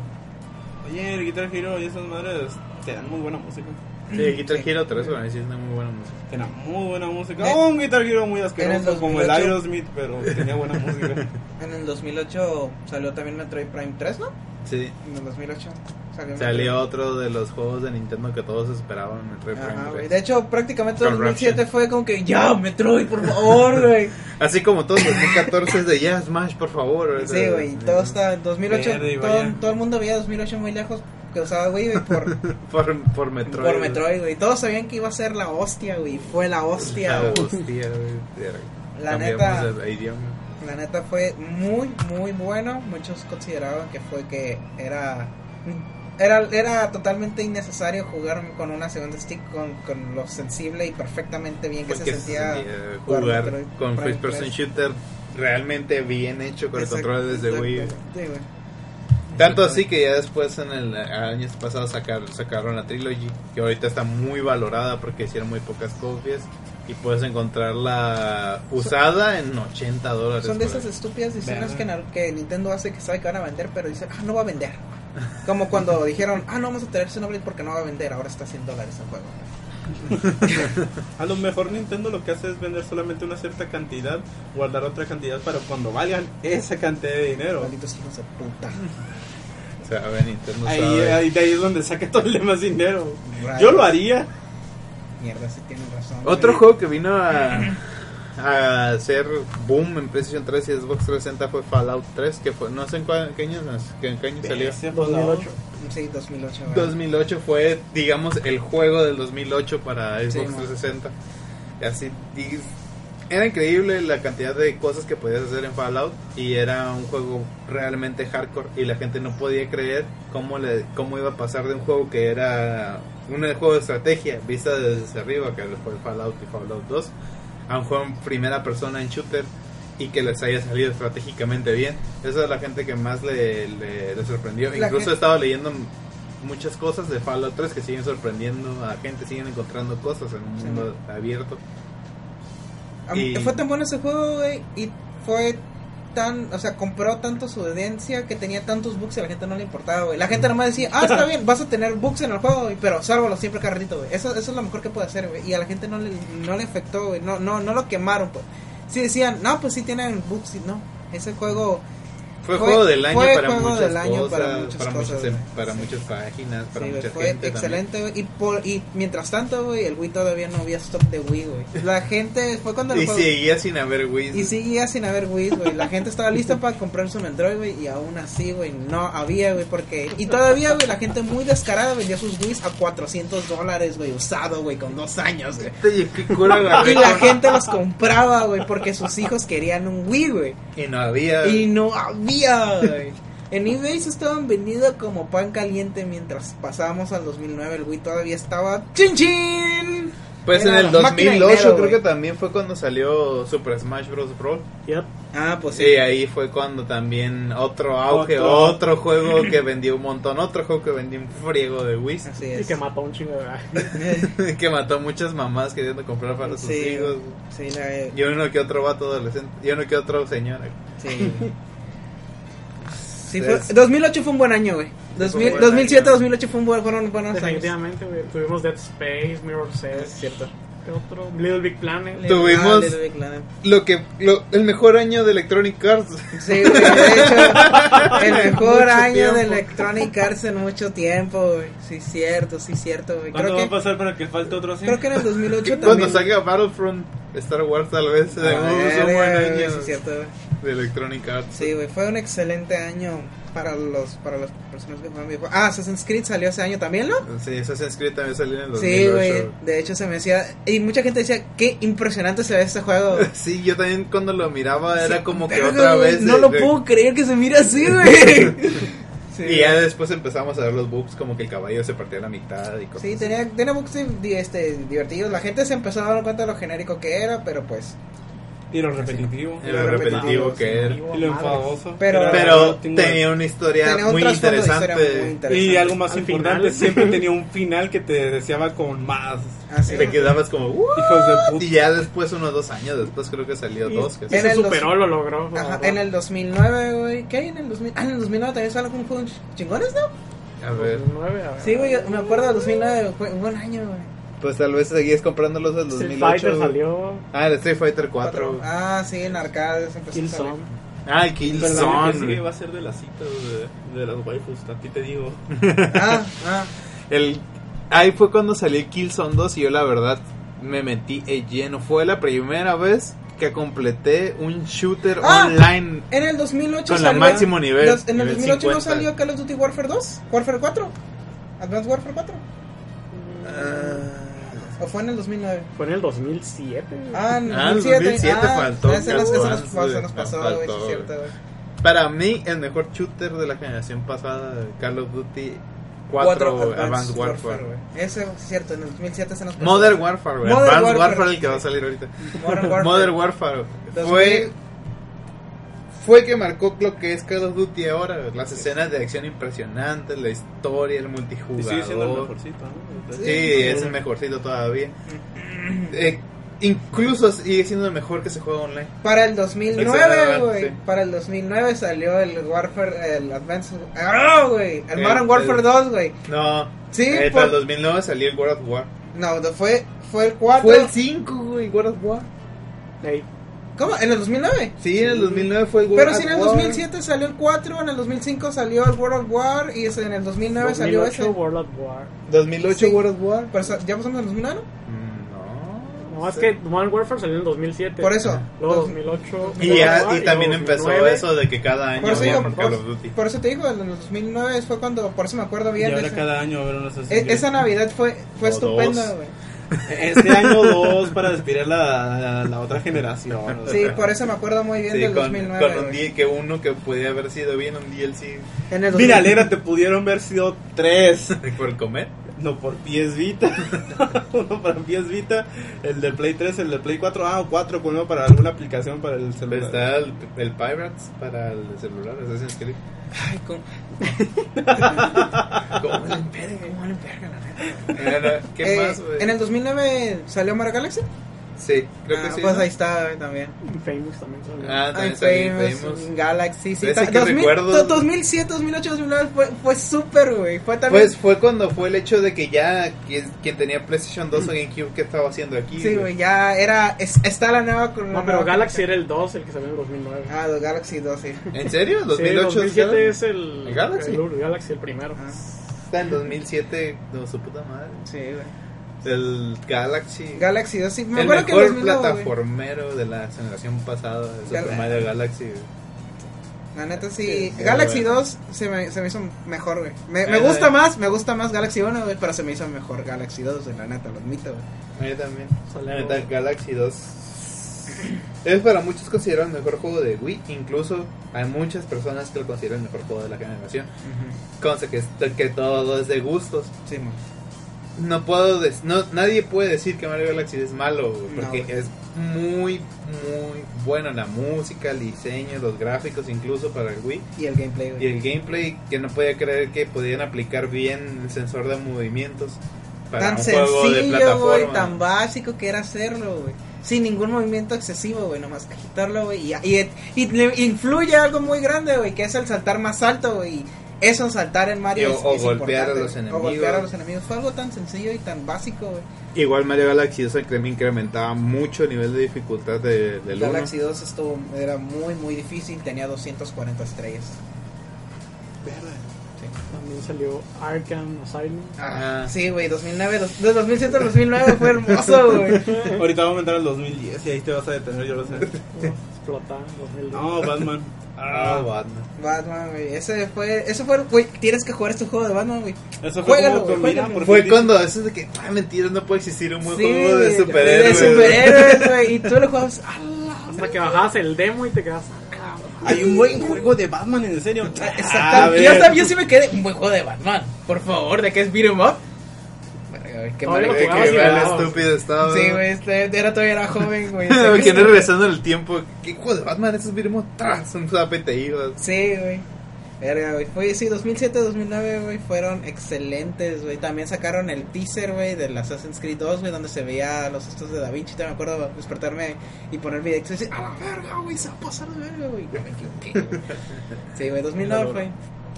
Speaker 2: Oye, el Guitar Hero y esas madres te dan muy buena música.
Speaker 3: Sí, Guitar
Speaker 4: Sí.
Speaker 3: Hero 3, bueno, ahí sí es una muy buena música.
Speaker 2: Te dan muy buena música.
Speaker 4: Eh,
Speaker 2: un Guitar Hero muy
Speaker 4: en el
Speaker 2: asqueroso
Speaker 4: 2008.
Speaker 2: como el Aerosmith, pero tenía buena música.
Speaker 4: En el 2008 salió también Metroid Prime 3, ¿no?
Speaker 3: Sí.
Speaker 4: En el 2008 salió...
Speaker 3: Salió otro de los juegos de Nintendo que todos esperaban, Metroid
Speaker 4: Metroid. Ajá,
Speaker 3: Prime
Speaker 4: güey.
Speaker 3: 3.
Speaker 4: De hecho, prácticamente el
Speaker 3: Corruption.
Speaker 4: 2007 fue como que, ya, Metroid, por
Speaker 3: [LAUGHS]
Speaker 4: favor, güey.
Speaker 3: Así como todos los 2014 es de ya, Smash, por favor. Eh, o
Speaker 4: [LAUGHS] Sí,
Speaker 3: sea,
Speaker 4: güey, todo está... 2008,
Speaker 2: Verde y
Speaker 4: todo,
Speaker 2: vaya.
Speaker 4: todo el mundo veía 2008 muy lejos, que usaba, güey,
Speaker 3: [LAUGHS]
Speaker 4: por...
Speaker 3: Por, por Metroid.
Speaker 4: Por Metroid, güey. Todos sabían que iba a ser la hostia, güey. Fue la hostia,
Speaker 3: Ah,
Speaker 4: güey.
Speaker 3: hostia, güey.
Speaker 4: La
Speaker 3: Cambiamos
Speaker 4: neta.
Speaker 3: de- de idioma.
Speaker 4: La neta fue muy, muy bueno. Muchos consideraban que fue que era. Era, era totalmente innecesario jugar con una segunda stick con, con lo sensible y perfectamente bien que
Speaker 3: Porque
Speaker 4: se sentía.
Speaker 3: eh,
Speaker 4: jugar
Speaker 3: jugar
Speaker 4: Metroid
Speaker 3: con
Speaker 4: Prime
Speaker 3: First Person
Speaker 4: 3.
Speaker 3: Shooter realmente bien hecho con el
Speaker 4: Exacto,
Speaker 3: control desde
Speaker 4: exacto,
Speaker 3: Wii. güey.
Speaker 4: sí, güey.
Speaker 3: Tanto así que ya después en el años pasados sacar- sacaron la Trilogy, que ahorita está muy valorada porque hicieron muy pocas copias y puedes encontrarla usada en 80 dólares.
Speaker 4: Son de
Speaker 3: por
Speaker 4: esas
Speaker 3: ahí.
Speaker 4: estúpidas decisiones
Speaker 2: Verga.
Speaker 4: que, Nar- que Nintendo hace que sabe que van a vender, pero dice, ah, no va a vender.
Speaker 3: [LAUGHS]
Speaker 4: Como cuando dijeron, ah, no vamos a tener Xenoblade porque no va a vender, ahora está a 100 dólares el juego.
Speaker 2: A lo mejor Nintendo lo que hace es vender solamente una cierta cantidad, guardar otra cantidad para cuando valgan esa cantidad de dinero.
Speaker 4: Malditos hijos de puta.
Speaker 3: O sea, a ver, Nintendo
Speaker 2: Ahí,
Speaker 3: sabe.
Speaker 2: ahí- de ahí es donde saca todo el demás dinero.
Speaker 4: Rayos.
Speaker 2: Yo lo haría.
Speaker 4: Mierda, sí tienen razón.
Speaker 3: Otro
Speaker 4: güey.
Speaker 3: juego que vino a, a hacer boom en PlayStation 3 y Xbox 360 fue Fallout 3, que fue, no sé en, cuál, en qué año, nas- que- en qué año salió.
Speaker 2: Bestia, Fallout.
Speaker 5: 2008.
Speaker 4: Sí, 2008. ¿verdad?
Speaker 3: 2008 fue, digamos, el juego del 2008 para Xbox
Speaker 4: Sí, man.
Speaker 3: 360. Y así, y era increíble la cantidad de cosas que podías hacer en Fallout y era un juego realmente hardcore y la gente no podía creer cómo, le, cómo iba a pasar de un juego que era un juego de estrategia vista desde arriba, que fue Fallout y Fallout 2, a un juego en primera persona en shooter y que les haya salido estratégicamente bien. Esa es la gente que más le, le- le sorprendió.
Speaker 4: La
Speaker 3: Incluso
Speaker 4: gente-
Speaker 3: he estado leyendo muchas cosas de Fallout 3 que siguen sorprendiendo a gente, siguen encontrando cosas en un
Speaker 4: Sí.
Speaker 3: mundo abierto.
Speaker 4: A mí-
Speaker 3: Y-
Speaker 4: Fue tan bueno ese juego, güey, y fue tan, o sea, compró tanto su audiencia que tenía tantos bugs y a la gente no le importaba, güey. La gente
Speaker 3: Mm.
Speaker 4: nomás decía, ah,
Speaker 3: [LAUGHS]
Speaker 4: está bien, vas a tener bugs en el juego, güey, pero sálvalo siempre carrito, güey. Eso, eso es lo mejor que puede hacer, güey. Y a la gente no le, no le afectó, güey. No, no, no lo quemaron, pues. Sí decían, no, pues sí tienen bugs, y no. Ese juego,
Speaker 3: Fue,
Speaker 4: Fue-
Speaker 3: juego del año,
Speaker 4: fue
Speaker 3: para,
Speaker 4: juego
Speaker 3: muchas
Speaker 4: del año
Speaker 3: cosas,
Speaker 4: para muchas cosas,
Speaker 3: muchas, em,
Speaker 4: güey.
Speaker 3: para
Speaker 4: Sí.
Speaker 3: muchas páginas, para
Speaker 4: sí, güey,
Speaker 3: mucha
Speaker 4: fue
Speaker 3: gente también.
Speaker 4: excelente, güey. Y, por- y mientras tanto, güey, el Wii todavía no había stock de Wii, güey. La gente, fue cuando el
Speaker 3: Y
Speaker 4: juego...
Speaker 3: seguía sin haber Wii.
Speaker 4: Y seguía sin haber Wii, güey. La gente estaba lista para comprarse un Android, güey. Y aún así, güey, no había, güey. Porque... Y todavía, güey, la gente muy descarada vendía sus Wii a 400 dólares, güey. Usado, güey, con dos años, güey.
Speaker 3: Y qué cura agarré
Speaker 4: [LAUGHS] Y la
Speaker 3: con-
Speaker 4: gente los compraba, güey, porque sus hijos querían un Wii, güey.
Speaker 3: y no había.
Speaker 4: Y no había, güey. En eBay se estaban vendiendo como pan caliente mientras pasábamos al 2009. El Wii todavía estaba... ¡Chin, chin!
Speaker 3: pues en
Speaker 4: Era
Speaker 3: el
Speaker 4: la máquina de
Speaker 3: 2008
Speaker 4: dinero,
Speaker 3: creo
Speaker 4: güey.
Speaker 3: que también fue cuando salió Super Smash Bros. Brawl.
Speaker 5: Yep.
Speaker 4: Ah, pues sí.
Speaker 3: Sí, ahí fue cuando también otro auge,
Speaker 5: Otro.
Speaker 3: otro, juego que vendió un montón, otro juego que vendió un friego de Wii,
Speaker 4: Así
Speaker 5: Y
Speaker 4: es.
Speaker 5: que mató un chingo de
Speaker 3: [LAUGHS] que mató muchas mamás queriendo comprar para sus
Speaker 4: Sí,
Speaker 3: hijos.
Speaker 4: sí, la-
Speaker 3: Y uno que otro vato adolescente, y uno que otro señora.
Speaker 4: Sí. Sí,
Speaker 3: Es-
Speaker 4: fue- 2008 fue un buen año, güey. 2000
Speaker 3: buen
Speaker 4: 2007,
Speaker 3: año.
Speaker 4: 2008 fue un buen, fueron buenos años.
Speaker 5: Definitivamente, güey. Tuvimos Dead Space, Mirror
Speaker 4: Es
Speaker 5: Set,
Speaker 4: cierto.
Speaker 5: ¿qué otro? Little Big Planet.
Speaker 3: Tuvimos-
Speaker 4: Ah, Little Big Planet.
Speaker 3: Lo que, lo- el mejor año de Electronic Arts.
Speaker 4: Sí, güey, de hecho, el
Speaker 3: [LAUGHS]
Speaker 4: mejor
Speaker 3: Mucho
Speaker 4: año de
Speaker 3: tiempo.
Speaker 4: Electronic Arts en mucho tiempo, güey. Sí, cierto, sí, cierto, güey.
Speaker 2: ¿Cuánto
Speaker 4: Creo
Speaker 2: va a
Speaker 4: que,
Speaker 2: pasar para que falte otro así?
Speaker 4: creo que en el 2008
Speaker 3: Cuando
Speaker 4: también.
Speaker 3: salga Battlefront, Star Wars tal vez,
Speaker 4: Ah,
Speaker 3: eh, es un buen
Speaker 4: güey,
Speaker 3: año
Speaker 4: Sí, cierto, güey.
Speaker 3: de Electronic Arts.
Speaker 4: Sí, güey, fue un excelente año para los para las personas que juegan videojuegos. Ah, Assassin's Creed salió ese año también, ¿no?
Speaker 3: Sí, Assassin's Creed también salió en el
Speaker 4: Sí,
Speaker 3: 2008.
Speaker 4: güey. De hecho, se me decía. Y mucha gente decía, qué impresionante se ve este juego.
Speaker 3: [LAUGHS] Sí, yo también cuando lo miraba era
Speaker 4: Sí,
Speaker 3: como que
Speaker 4: verga,
Speaker 3: otra
Speaker 4: güey,
Speaker 3: vez.
Speaker 4: No
Speaker 3: de-
Speaker 4: lo
Speaker 3: de-
Speaker 4: puedo creer que se mira así,
Speaker 3: [LAUGHS]
Speaker 4: güey. Sí,
Speaker 3: Y ya después empezamos a ver los bugs, como que el caballo se partía a la mitad y cosas.
Speaker 4: Sí,
Speaker 3: así.
Speaker 4: tenía, tenía bugs di- este, divertidos. La gente se empezó a dar cuenta de lo genérico que era, pero pues.
Speaker 2: Y lo repetitivo.
Speaker 3: Era repetitivo que era.
Speaker 2: Y lo enfadoso.
Speaker 4: Pero-
Speaker 2: Era-
Speaker 3: Pero
Speaker 2: tengo-
Speaker 3: tenía una historia
Speaker 4: Tenía un
Speaker 3: muy
Speaker 4: trasfondo de historia muy
Speaker 3: interesante.
Speaker 4: interesante.
Speaker 2: Y algo más
Speaker 5: Al
Speaker 2: importante,
Speaker 5: final.
Speaker 2: siempre tenía un final que te deseaba con más.
Speaker 4: Así
Speaker 3: Te
Speaker 4: es.
Speaker 3: quedabas como, "What?"
Speaker 2: Hijos de puta.
Speaker 3: Y ya después, unos dos años después, creo que salió dos. Que
Speaker 5: Y
Speaker 4: En
Speaker 5: se
Speaker 4: el dos-
Speaker 5: superó, lo logró. la
Speaker 4: Ajá,
Speaker 5: verdad.
Speaker 4: en el 2009, güey. ¿Qué hay en el 2000? Ah, en el 2009 también salió un juego chingones, ¿no?
Speaker 3: A ver,
Speaker 5: 2009, a ver.
Speaker 4: Sí, güey, yo me acuerdo del 2009, fue un buen año, güey.
Speaker 3: pues tal vez seguías comprándolos del
Speaker 5: Street
Speaker 3: 2008.
Speaker 5: Fighter
Speaker 3: güey.
Speaker 5: salió.
Speaker 3: Ah, el Street Fighter 4.
Speaker 4: Ah, sí, en arcades empezó a
Speaker 5: Killzone.
Speaker 4: salir.
Speaker 3: Ah, el
Speaker 2: Perdón,
Speaker 3: Killzone.
Speaker 2: que sí,
Speaker 3: güey.
Speaker 2: va a ser de las citas de, de las waifus, a ti te digo.
Speaker 4: Ah, ah.
Speaker 3: El... Ahí fue cuando salió el Killzone 2 y yo la verdad me metí de lleno. Fue la primera vez que completé un shooter
Speaker 4: Ah.
Speaker 3: online.
Speaker 4: En el 2008
Speaker 3: Con la
Speaker 4: salió,
Speaker 3: máximo nivel,
Speaker 4: los- en el
Speaker 3: nivel
Speaker 4: 2008 no
Speaker 3: 50.
Speaker 4: salió Call of Duty Warfare 2, Warfare 4, Advanced Warfare 4. ¿O fue en el 2009?
Speaker 5: Fue en el 2007. güey.
Speaker 4: Ah, en el
Speaker 3: Ah, en
Speaker 4: 2007.
Speaker 3: 2007
Speaker 4: ah,
Speaker 3: faltó,
Speaker 4: Ese nos, ese nos,
Speaker 3: güey.
Speaker 4: se nos pasó,
Speaker 3: Faltó,
Speaker 4: güey, sí es
Speaker 3: güey.
Speaker 4: cierto, güey.
Speaker 3: Para mí, el mejor shooter de la generación pasada de Call of Duty 4,
Speaker 4: Cuatro
Speaker 3: Advanced, Warfare.
Speaker 4: güey. Ese es cierto, en el 2007 se nos pasó.
Speaker 3: Modern Warfare, güey.
Speaker 4: Modern
Speaker 3: Advanced
Speaker 4: Warfare,
Speaker 3: Warfare, el que va a salir ahorita.
Speaker 4: Modern
Speaker 3: [LAUGHS]
Speaker 4: Warfare.
Speaker 3: Modern Warfare.
Speaker 4: Dos
Speaker 3: Fue.
Speaker 4: mil-
Speaker 3: Fue que marcó lo que es Call of Duty ahora. güey. Las escenas de acción impresionantes, la historia, el
Speaker 2: Y sigue siendo el
Speaker 3: multijugador.
Speaker 2: mejorcito, ¿no?
Speaker 3: Sí,
Speaker 2: Entonces,
Speaker 3: es el mejorcito todavía. Eh, incluso sigue siendo el mejor que se juega online.
Speaker 4: Para el
Speaker 3: Exacto,
Speaker 4: 2009, güey.
Speaker 3: sí.
Speaker 4: Para el 2009 salió el Warfare, el Advanced. ¡Ah, güey! El
Speaker 3: El-
Speaker 4: Modern Warfare
Speaker 3: el-
Speaker 4: 2, güey.
Speaker 3: No.
Speaker 4: Sí,
Speaker 3: eh,
Speaker 4: por-
Speaker 3: para el 2009 salió el World of War.
Speaker 4: No, fue, fue el 4.
Speaker 3: Fue el 5, güey, God of War.
Speaker 5: Ey,
Speaker 4: ¿Cómo? ¿En el 2009?
Speaker 3: Sí, en el 2009 fue el God
Speaker 4: Pero
Speaker 3: of
Speaker 4: si en el
Speaker 3: War.
Speaker 4: 2007 salió el 4, en el 2005 salió el World of War y ese- en el 2009 salió
Speaker 5: 2008
Speaker 4: ese.
Speaker 5: World at War.
Speaker 3: 2008
Speaker 4: Sí.
Speaker 3: World of War.
Speaker 4: Pero sa- ya pasamos en el 2009, ¿no?
Speaker 3: Mm, No.
Speaker 5: No, es que Modern Warfare salió en 2007.
Speaker 4: Por eso.
Speaker 5: Luego
Speaker 4: Dos-
Speaker 5: 2008.
Speaker 3: Y, ya,
Speaker 5: luego
Speaker 3: y también
Speaker 5: 2009.
Speaker 3: empezó eso de que cada año
Speaker 4: Por eso,
Speaker 3: había
Speaker 4: digo,
Speaker 3: Call
Speaker 4: por-
Speaker 3: of Duty.
Speaker 4: por eso te digo, en el 2009 fue cuando, por eso me acuerdo
Speaker 2: Y
Speaker 4: bien. de
Speaker 2: ahora
Speaker 4: ese-
Speaker 2: cada año habrá unos
Speaker 4: e- esa Navidad fue, fue
Speaker 3: O
Speaker 4: estupenda,
Speaker 3: dos.
Speaker 4: güey.
Speaker 2: Este año dos para despedir la, la otra generación. o
Speaker 4: Sí,
Speaker 2: sea.
Speaker 4: por eso me acuerdo muy bien
Speaker 3: Sí,
Speaker 4: del
Speaker 3: con,
Speaker 4: 2009.
Speaker 3: con un
Speaker 4: güey.
Speaker 3: día que uno que podía haber sido bien un DLC
Speaker 4: En el
Speaker 2: Mira,
Speaker 4: 2000.
Speaker 2: alégrate, pudieron haber sido tres.
Speaker 3: por comer.
Speaker 2: No, por pies Vita. [LAUGHS] uno para pies Vita, el de Play 3, el de Play 4, ah, o 4 con uno para alguna aplicación para el
Speaker 3: Pero
Speaker 2: celular.
Speaker 3: Pues está el, el Pirates para el celular, Assassin's Creed.
Speaker 4: Ay, cómo-
Speaker 3: [LAUGHS] ¿Cómo le
Speaker 4: [LAUGHS] cómo le pega la neta.
Speaker 3: Era- ¿Qué
Speaker 4: Eh,
Speaker 3: más, güey?
Speaker 4: En el 2009 salió Mario Galaxy.
Speaker 3: Sí, creo
Speaker 4: Ah,
Speaker 3: que sí.
Speaker 4: Pues
Speaker 3: ¿no?
Speaker 4: ahí está güey, también.
Speaker 5: Famous también salió.
Speaker 3: Ah,
Speaker 4: Ay,
Speaker 3: también salió
Speaker 4: Famous,
Speaker 3: Famous.
Speaker 4: Galaxy, sí.
Speaker 3: Ese
Speaker 4: ta-
Speaker 3: que
Speaker 4: 2000,
Speaker 3: recuerdo.
Speaker 4: to- 2007, 2008, 2009 fue, fue súper, güey. Fue también.
Speaker 3: Pues fue cuando fue el hecho de que ya quien, quien tenía PlayStation 2 o GameCube, ¿qué estaba haciendo aquí?
Speaker 4: Mm. sí, güey, ya era. es- está la nueva con.
Speaker 5: No, pero Galaxy era el 2, el que salió en 2009.
Speaker 4: Ah, los Galaxy 2, sí.
Speaker 3: ¿En serio?
Speaker 5: Sí,
Speaker 3: 2008
Speaker 5: 2007 es el,
Speaker 3: ¿El Galaxy?
Speaker 5: el Galaxy, el primero.
Speaker 4: Ah,
Speaker 3: Está en 2007, no, su puta madre.
Speaker 4: sí, güey.
Speaker 3: El Galaxy.
Speaker 4: Galaxy 2, sí. Me
Speaker 3: el
Speaker 4: acuerdo que
Speaker 3: mejor
Speaker 4: 2009, güey.
Speaker 3: plataformero de la generación pasada de Super
Speaker 4: Gal-
Speaker 3: Mario Galaxy. güey.
Speaker 4: La neta sí.
Speaker 3: Sí, sí,
Speaker 4: Galaxy
Speaker 3: güey.
Speaker 4: 2 se me, se me hizo mejor, güey. Me, me
Speaker 3: Ah,
Speaker 4: gusta
Speaker 3: güey.
Speaker 4: más, me gusta más Galaxy 1, güey, pero se me hizo mejor Galaxy 2, güey, la neta, lo admito, güey.
Speaker 3: A mí también.
Speaker 5: Salió.
Speaker 3: La neta, Galaxy 2. Es para muchos considerado el mejor juego de Wii. Incluso hay muchas personas que lo consideran el mejor juego de la generación. Conste que, es- que todo es de gustos.
Speaker 4: Sí, mo.
Speaker 3: No puedo des- no, nadie puede decir que Mario Galaxy es malo, güey,
Speaker 4: No,
Speaker 3: porque
Speaker 4: güey.
Speaker 3: es muy, muy bueno la música, el diseño, los gráficos, incluso para el Wii.
Speaker 4: Y el gameplay, güey.
Speaker 3: Y el gameplay, que no podía creer que podían aplicar bien el sensor de movimientos para
Speaker 4: Tan
Speaker 3: un juego de
Speaker 4: sencillo, güey,
Speaker 3: plataforma.
Speaker 4: tan básico que era hacerlo, güey. Sin ningún movimiento excesivo, güey, nomás agitarlo, güey. Y, y, y le influye algo muy grande, güey, que es el saltar más alto, güey. y Eso saltar en Mario
Speaker 3: Y-
Speaker 4: es,
Speaker 3: o
Speaker 4: es
Speaker 3: golpear
Speaker 4: importante,
Speaker 3: a los
Speaker 4: güey.
Speaker 3: enemigos.
Speaker 4: O golpear a los enemigos. Fue algo tan sencillo y tan básico, güey.
Speaker 3: Igual Mario Galaxy eso también incrementaba mucho el nivel de dificultad de, del uno.
Speaker 4: Galaxy 2 estuvo, era muy, muy difícil. Tenía 240 estrellas.
Speaker 5: También salió Arkham Asylum.
Speaker 3: Ah.
Speaker 4: Sí, güey, 2009, dos- de 2007 al 2009 fue hermoso,
Speaker 3: [LAUGHS]
Speaker 4: güey.
Speaker 2: Ahorita vamos a entrar al 2010 y ahí te vas a detener, yo lo sé.
Speaker 5: Explotar 2010.
Speaker 2: No,
Speaker 4: [LAUGHS]
Speaker 2: Batman.
Speaker 3: Ah, Batman.
Speaker 4: Batman, güey, ese fue, eso fue, güey, tienes que jugar este juego de Batman, güey.
Speaker 2: Eso fue
Speaker 4: Juégalo,
Speaker 2: como que,
Speaker 4: güey,
Speaker 2: mira,
Speaker 4: juégalo.
Speaker 2: por
Speaker 3: Fue
Speaker 2: fin-
Speaker 3: cuando eso de que, ah, mentira, no puede existir un buen juego de
Speaker 4: güey,
Speaker 3: superhéroes.
Speaker 4: De
Speaker 3: [LAUGHS]
Speaker 4: superhéroes, güey. Y tú lo jugabas. "Ah, la
Speaker 5: Hasta que bajabas el demo y te quedas.
Speaker 2: Hay un buen juego de Batman, en serio.
Speaker 3: Ah,
Speaker 2: Ah,
Speaker 4: Exacto.
Speaker 2: A ver.
Speaker 4: yo, hasta- yo sí me quedé. Un buen juego de Batman. Por favor, de que es beat'em up. Verga, güey, Qué
Speaker 5: Todavía
Speaker 4: mal.
Speaker 5: lo
Speaker 3: Güey,
Speaker 5: jugabas
Speaker 3: que
Speaker 5: y
Speaker 3: mal
Speaker 5: ganabas.
Speaker 3: estúpido estaba. [LAUGHS]
Speaker 4: Sí, güey, este, era todavía era joven, güey. Este,
Speaker 3: que no regresando en el tiempo. ¿Qué juego de Batman? Esos viremos tras un zapete
Speaker 4: Sí, güey. Verga, güey. Fue, sí, 2007, 2009, güey, fueron excelentes, güey. También sacaron el teaser, güey, del Assassin's Creed 2, güey, donde se veía a los estos de Da Vinci. Te me acuerdo despertarme y poner mi directo y decir, a la verga, güey, se va a pasar de verga, güey. Yo me equivoqué, güey. Sí, güey, 2009 fue,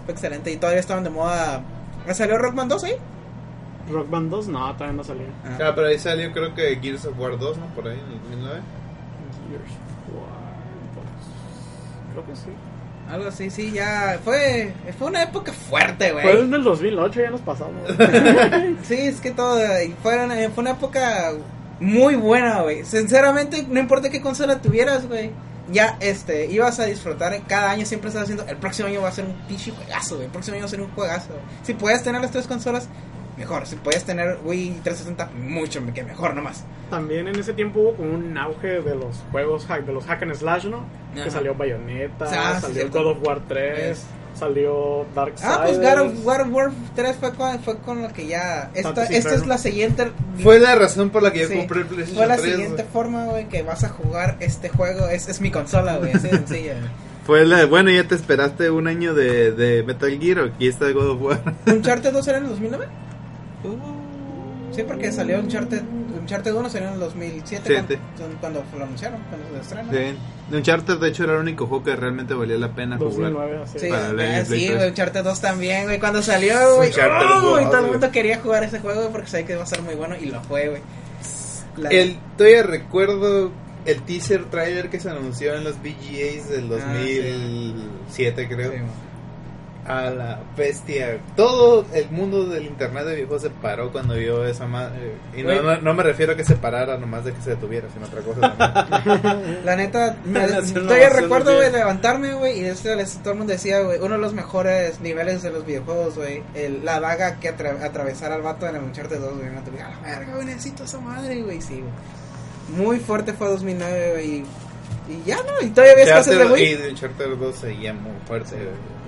Speaker 4: fue excelente y todavía estaban de moda. ¿Me salió Rockman 2 ahí?
Speaker 5: Rock Band 2, no, todavía no salió.
Speaker 3: Ah, pero ahí salió creo que Gears of War 2, ¿no? Por ahí, en el 2009.
Speaker 5: Gears of War 2. Creo que sí.
Speaker 4: Algo así, sí, ya. Fue, fue una época fuerte, güey.
Speaker 5: Fue en el 2008, ya
Speaker 4: [LAUGHS]
Speaker 5: nos pasamos. [LAUGHS]
Speaker 4: Sí, es que todo. eh, Fueron, eh, fue una época muy buena, güey. Sinceramente, no importa qué consola tuvieras, güey. Ya, este, ibas a disfrutar. eh, Cada año siempre estás haciendo. El próximo año va a ser un pinche juegazo, güey. El próximo año va a ser un juegazo. güey. Si puedes tener las tres consolas, mejor. Si puedes tener Wii 360, mucho que mejor nomás.
Speaker 5: También en ese tiempo hubo como un auge de los juegos, hack- de los hack and slash, ¿no?
Speaker 4: Ajá.
Speaker 5: Que salió Bayonetta,
Speaker 4: Ah, sí,
Speaker 5: salió
Speaker 4: cierto.
Speaker 5: God of War 3,
Speaker 4: Es.
Speaker 5: salió Darksiders.
Speaker 4: Ah, pues God of War, War 3 fue con, fue con lo que ya. Esta,
Speaker 5: Fantasy
Speaker 4: esta es
Speaker 5: Fair.
Speaker 4: la siguiente.
Speaker 3: Fue la razón por la que yo
Speaker 4: Sí.
Speaker 3: compré el PlayStation
Speaker 4: Fue la
Speaker 3: 3,
Speaker 4: siguiente
Speaker 3: güey.
Speaker 4: forma, güey, que vas a jugar este juego. Es, es mi consola, güey, así de sencilla, güey.
Speaker 3: Fue la, bueno, ya te esperaste un año de, de Metal Gear, aquí está God of War.
Speaker 4: ¿Uncharted 2 era en el 2009? Uh, Sí, porque salió Uncharted, Uncharted 1 salió en el 2007
Speaker 3: Siete.
Speaker 4: cuando, cuando lo anunciaron, cuando se estrenó.
Speaker 3: Sí. Uncharted, de hecho, era el único juego que realmente valía la pena jugar.
Speaker 5: 2009, así.
Speaker 4: Sí,
Speaker 3: Para
Speaker 4: ah,
Speaker 3: Play- Play
Speaker 4: sí,
Speaker 3: 3.
Speaker 4: güey, Uncharted 2 también, güey, cuando salió, güey,
Speaker 3: Uncharted
Speaker 4: ¡oh!
Speaker 3: dos,
Speaker 4: y todo el
Speaker 3: güey.
Speaker 4: mundo quería jugar ese juego güey, porque sabía que iba a ser muy bueno y lo fue, güey. La-
Speaker 3: El, todavía recuerdo el teaser trailer que se anunció en los VGAs del
Speaker 4: Ah, sí.
Speaker 3: 2007, creo.
Speaker 4: Sí, güey.
Speaker 3: A la bestia. Todo el mundo del internet de videojuegos se paró cuando vio esa madre. Y no,
Speaker 4: Güey.
Speaker 3: no, no me refiero a que se parara, nomás de que se detuviera, sino otra cosa también.
Speaker 4: La neta, me-
Speaker 2: Nació en
Speaker 4: todavía
Speaker 2: Nueva
Speaker 4: recuerdo,
Speaker 2: Zelanda.
Speaker 4: güey, levantarme, güey, y este, les- todo el mundo decía, güey, uno de los mejores niveles de los videojuegos, güey, el- la daga que atra- atravesar al vato en el Uncharted 2, güey, no te digas, a la verga, güey, necesito esa madre, güey, sí, güey. Muy fuerte fue 2009, güey, y, y ya, ¿no? Y todavía había escasez de
Speaker 3: Charter y
Speaker 4: güey.
Speaker 3: de Charter 2 seguía muy fuerte.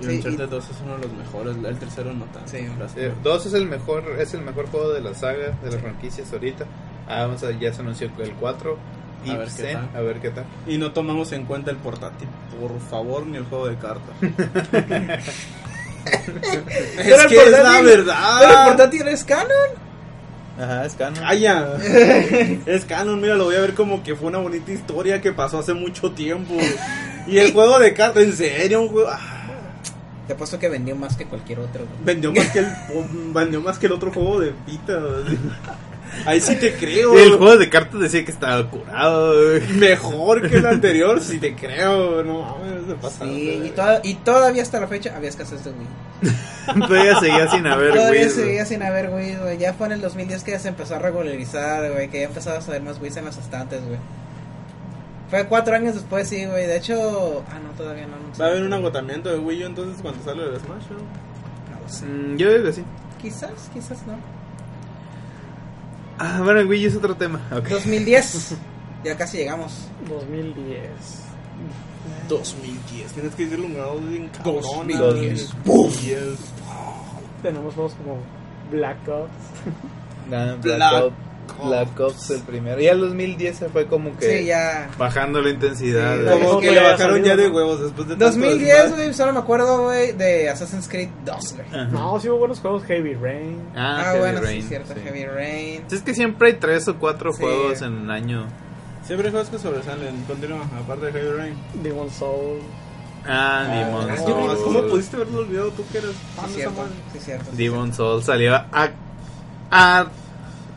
Speaker 2: Y
Speaker 4: Sí,
Speaker 2: Uncharted
Speaker 4: y-
Speaker 2: 2 es uno de los mejores, el tercero no tanto.
Speaker 4: Sí.
Speaker 2: gracias.
Speaker 3: Eh, 2 es el mejor es el mejor juego de la saga, de las franquicias ahorita. Ah, vamos a- ya se anunció el 4.
Speaker 2: A
Speaker 3: Y
Speaker 2: ver qué
Speaker 3: Zen,
Speaker 2: tal.
Speaker 3: a ver qué tal.
Speaker 2: Y no tomamos en cuenta el portátil, por favor, ni el juego de
Speaker 4: [LAUGHS]
Speaker 2: cartas.
Speaker 4: Pero
Speaker 2: es
Speaker 4: el
Speaker 2: que es la
Speaker 4: portátil- Pero el
Speaker 2: verdad.
Speaker 4: portátil es canon.
Speaker 3: Ajá, es canon.
Speaker 2: Ay,
Speaker 4: [LAUGHS]
Speaker 2: ya. es canon, mira, lo voy a ver como que fue una bonita historia que pasó hace mucho tiempo. Y el juego de cartas, en serio, un juego- ah,
Speaker 4: Te apuesto que vendió más que cualquier otro, güey.
Speaker 2: vendió más que el vendió más que el otro juego de Vita. Ahí sí te creo.
Speaker 3: el juego de cartas decía que estaba [LAUGHS] curado. güey.
Speaker 2: Mejor que el anterior, si te creo, no mames, se pasaron
Speaker 4: Sí,
Speaker 2: de-
Speaker 4: y, toda- y todavía hasta la fecha había escasez de güey.
Speaker 3: Todavía seguía sin haber,
Speaker 4: Todavía
Speaker 3: güey.
Speaker 4: seguía sin haber Wii, güey. Ya fue en el 2010 que se empezó a regularizar, güey. Que ya empezaba a salir más Wii en las estantes, güey. Fue cuatro años después, sí, güey. De hecho... Ah, no, todavía no. no sé.
Speaker 2: Va a haber un agotamiento de Wii U entonces cuando sale el Smash, ¿no?
Speaker 4: No lo sé.
Speaker 3: Mm, Yo digo que sí.
Speaker 4: Quizás, quizás no.
Speaker 3: Ah, bueno, el Wii U es otro tema. Ok. [LAUGHS]
Speaker 4: 2010. ya casi llegamos.
Speaker 5: 2010.
Speaker 2: 2010. Tienes que decirle un grado bien cabrón.
Speaker 4: 2010.
Speaker 5: Tenemos juegos como Black Ops.
Speaker 3: Nah, Black,
Speaker 2: Black
Speaker 3: Ops. Black Ops el primero. Ya el 2010 se fue como que
Speaker 4: Sí, ya...
Speaker 3: bajando la intensidad.
Speaker 5: Sí,
Speaker 3: de-
Speaker 2: Como
Speaker 5: Eso
Speaker 2: que
Speaker 5: no
Speaker 2: le
Speaker 5: había
Speaker 2: bajaron
Speaker 5: salido,
Speaker 2: ya de
Speaker 5: ¿no?
Speaker 2: huevos después de tanto
Speaker 4: 2010,
Speaker 2: Smash.
Speaker 4: güey. Solo me acuerdo, güey, de Assassin's Creed 2, güey.
Speaker 3: Ajá.
Speaker 5: No, sí hubo buenos juegos. Heavy Rain.
Speaker 4: Ah,
Speaker 3: Ah, Heavy
Speaker 4: bueno,
Speaker 3: Rain,
Speaker 4: sí, cierto.
Speaker 3: sí.
Speaker 4: Heavy Rain.
Speaker 3: Es que siempre hay tres o cuatro
Speaker 4: Sí.
Speaker 3: juegos en un año.
Speaker 2: Siempre hay juegos que sobresalen. Continúa, aparte de Heavy Rain.
Speaker 5: Demon Soul.
Speaker 3: Ah, Demon
Speaker 4: Ah,
Speaker 2: Yo,
Speaker 3: Souls.
Speaker 2: ¿Cómo pudiste haberlo olvidado tú que eres fan
Speaker 4: Sí,
Speaker 2: de esa
Speaker 4: cierto.
Speaker 2: madre?
Speaker 4: Sí, cierto. sí,
Speaker 3: Demon Souls salió a, a,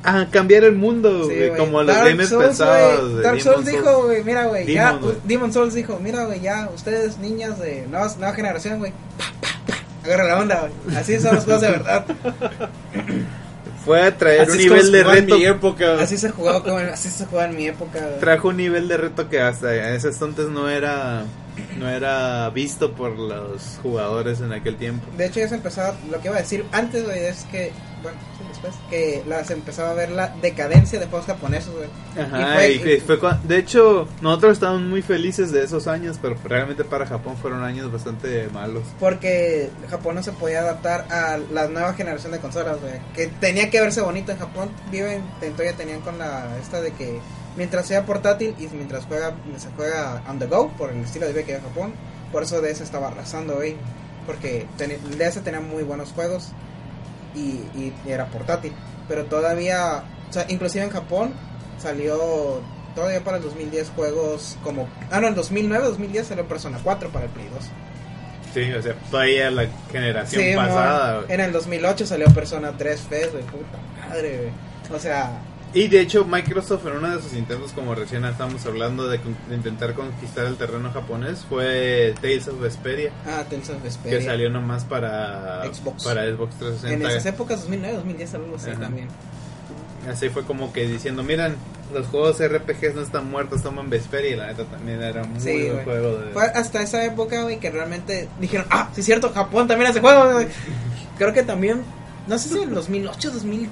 Speaker 3: a cambiar el mundo,
Speaker 4: Sí,
Speaker 3: güey,
Speaker 4: güey.
Speaker 3: como los
Speaker 4: Dark
Speaker 3: games
Speaker 4: Souls,
Speaker 3: pesados.
Speaker 4: güey.
Speaker 3: de
Speaker 4: Dark
Speaker 3: Demon
Speaker 4: Souls dijo, güey, mira, güey, ya.
Speaker 3: Demon, güey.
Speaker 4: u- Demon Souls dijo, mira, güey, ya. Ustedes, niñas de nueva, nueva generación, güey. Pa, pa, pa. Agarra la onda, güey. Así son los juegos de
Speaker 3: [LAUGHS]
Speaker 4: verdad.
Speaker 3: Fue a traer
Speaker 2: Así
Speaker 3: un
Speaker 2: es como
Speaker 3: nivel
Speaker 2: se
Speaker 3: de
Speaker 2: jugaba en
Speaker 3: reto.
Speaker 2: mi época.
Speaker 4: Así se jugaba, como, así se jugaba en mi época, güey.
Speaker 3: Trajo un nivel de reto que hasta en ese entonces no era no era visto por los jugadores en aquel tiempo.
Speaker 4: De hecho, ya se empezaba, lo que iba a decir antes, güey, es que, bueno, sí, después, que las empezaba a ver la decadencia de juegos japonesos, güey.
Speaker 3: Ajá, y
Speaker 4: Y fue-
Speaker 3: que fue cua- de hecho, nosotros estábamos muy felices de esos años, pero realmente para Japón fueron años bastante malos.
Speaker 4: Porque Japón no se podía adaptar a la nueva generación de consolas, güey. Que tenía que verse bonito. En Japón viven, en- todavía tenían con la esta de que mientras sea portátil y mientras juega, se juega on the go, por el estilo de vida que hay en Japón. Por eso DS estaba arrasando, güey. Porque teni- DS tenía muy buenos juegos y, y era portátil. Pero todavía, o sea, inclusive en Japón salió todavía para el 2010 juegos como... Ah, no, en 2009, 2010 salió Persona 4 para el Play 2.
Speaker 3: Sí, o sea, todavía la generación
Speaker 4: Sí, Eh.
Speaker 3: pasada.
Speaker 4: mon.
Speaker 3: güey.
Speaker 4: en el 2008 salió Persona 3 Fest, güey, puta madre, güey. O sea,
Speaker 3: Y de hecho, Microsoft en uno de sus intentos, como recién estamos hablando, de, con- de intentar conquistar el terreno japonés, fue Tales of Vesperia,
Speaker 4: ah, Tales of
Speaker 3: que
Speaker 4: Vesperia.
Speaker 3: salió nomás para
Speaker 4: Xbox.
Speaker 3: para Xbox
Speaker 4: En
Speaker 3: 360.
Speaker 4: esas épocas, 2009, 2010, algo así
Speaker 3: Ajá.
Speaker 4: también.
Speaker 3: Así fue como que diciendo, miren, los juegos RPGs no están muertos, toman Vesperia, y la neta también era un muy
Speaker 4: Sí,
Speaker 3: buen
Speaker 4: güey.
Speaker 3: juego. De...
Speaker 4: Fue hasta esa época, güey, que realmente dijeron, ah, sí es cierto, Japón también hace
Speaker 3: [LAUGHS]
Speaker 4: juegos, güey. Creo que también, no sé si en 2008, 2000...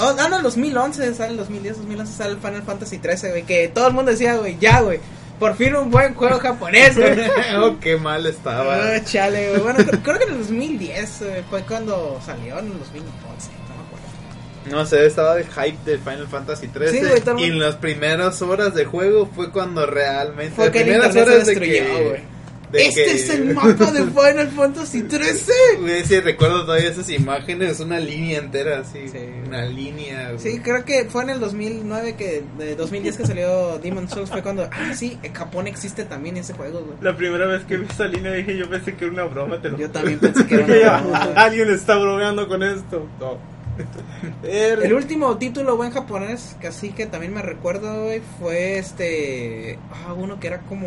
Speaker 4: Oh, ah, no, en 2011 sale, en 2010, 2011 sale Final Fantasy 13, güey, que todo el mundo decía, güey, ya, güey, por fin un buen juego japonés,
Speaker 3: [LAUGHS]
Speaker 4: güey.
Speaker 3: [LAUGHS] oh, qué mal estaba.
Speaker 4: Ah, chale, güey. Bueno, creo- creo que en el 2010 eh, fue cuando salió, en el 2011, no me acuerdo.
Speaker 3: No sé, estaba el hype de Final Fantasy
Speaker 4: Sí,
Speaker 3: 13
Speaker 4: güey, todo el
Speaker 3: y en
Speaker 4: mundo-
Speaker 3: las primeras horas de juego fue cuando realmente
Speaker 4: Fue
Speaker 3: las
Speaker 4: que el
Speaker 3: primeras
Speaker 4: internet se
Speaker 3: horas de
Speaker 4: destruyó,
Speaker 3: que,
Speaker 4: güey.
Speaker 3: de
Speaker 4: Este
Speaker 3: que-
Speaker 4: es el mapa de Final Fantasy 13.
Speaker 3: [LAUGHS] Güey, sí, recuerdo todavía esas imágenes, una línea entera así,
Speaker 4: Sí.
Speaker 3: una línea. güey.
Speaker 4: Sí, creo que fue en el 2009 que de 2010 que salió Demon Souls fue cuando ah sí, en Japón existe también ese juego, güey.
Speaker 2: La primera vez que vi esa línea dije, yo pensé que era una broma, te lo
Speaker 4: Yo también
Speaker 3: [LAUGHS]
Speaker 4: pensé que era
Speaker 2: Dije,
Speaker 4: una broma,
Speaker 2: "Ah,
Speaker 4: güey.
Speaker 2: Alguien está bromeando con esto. No.
Speaker 4: El último título buen japonés que así que también me recuerdo, güey, fue este ah, uno que era como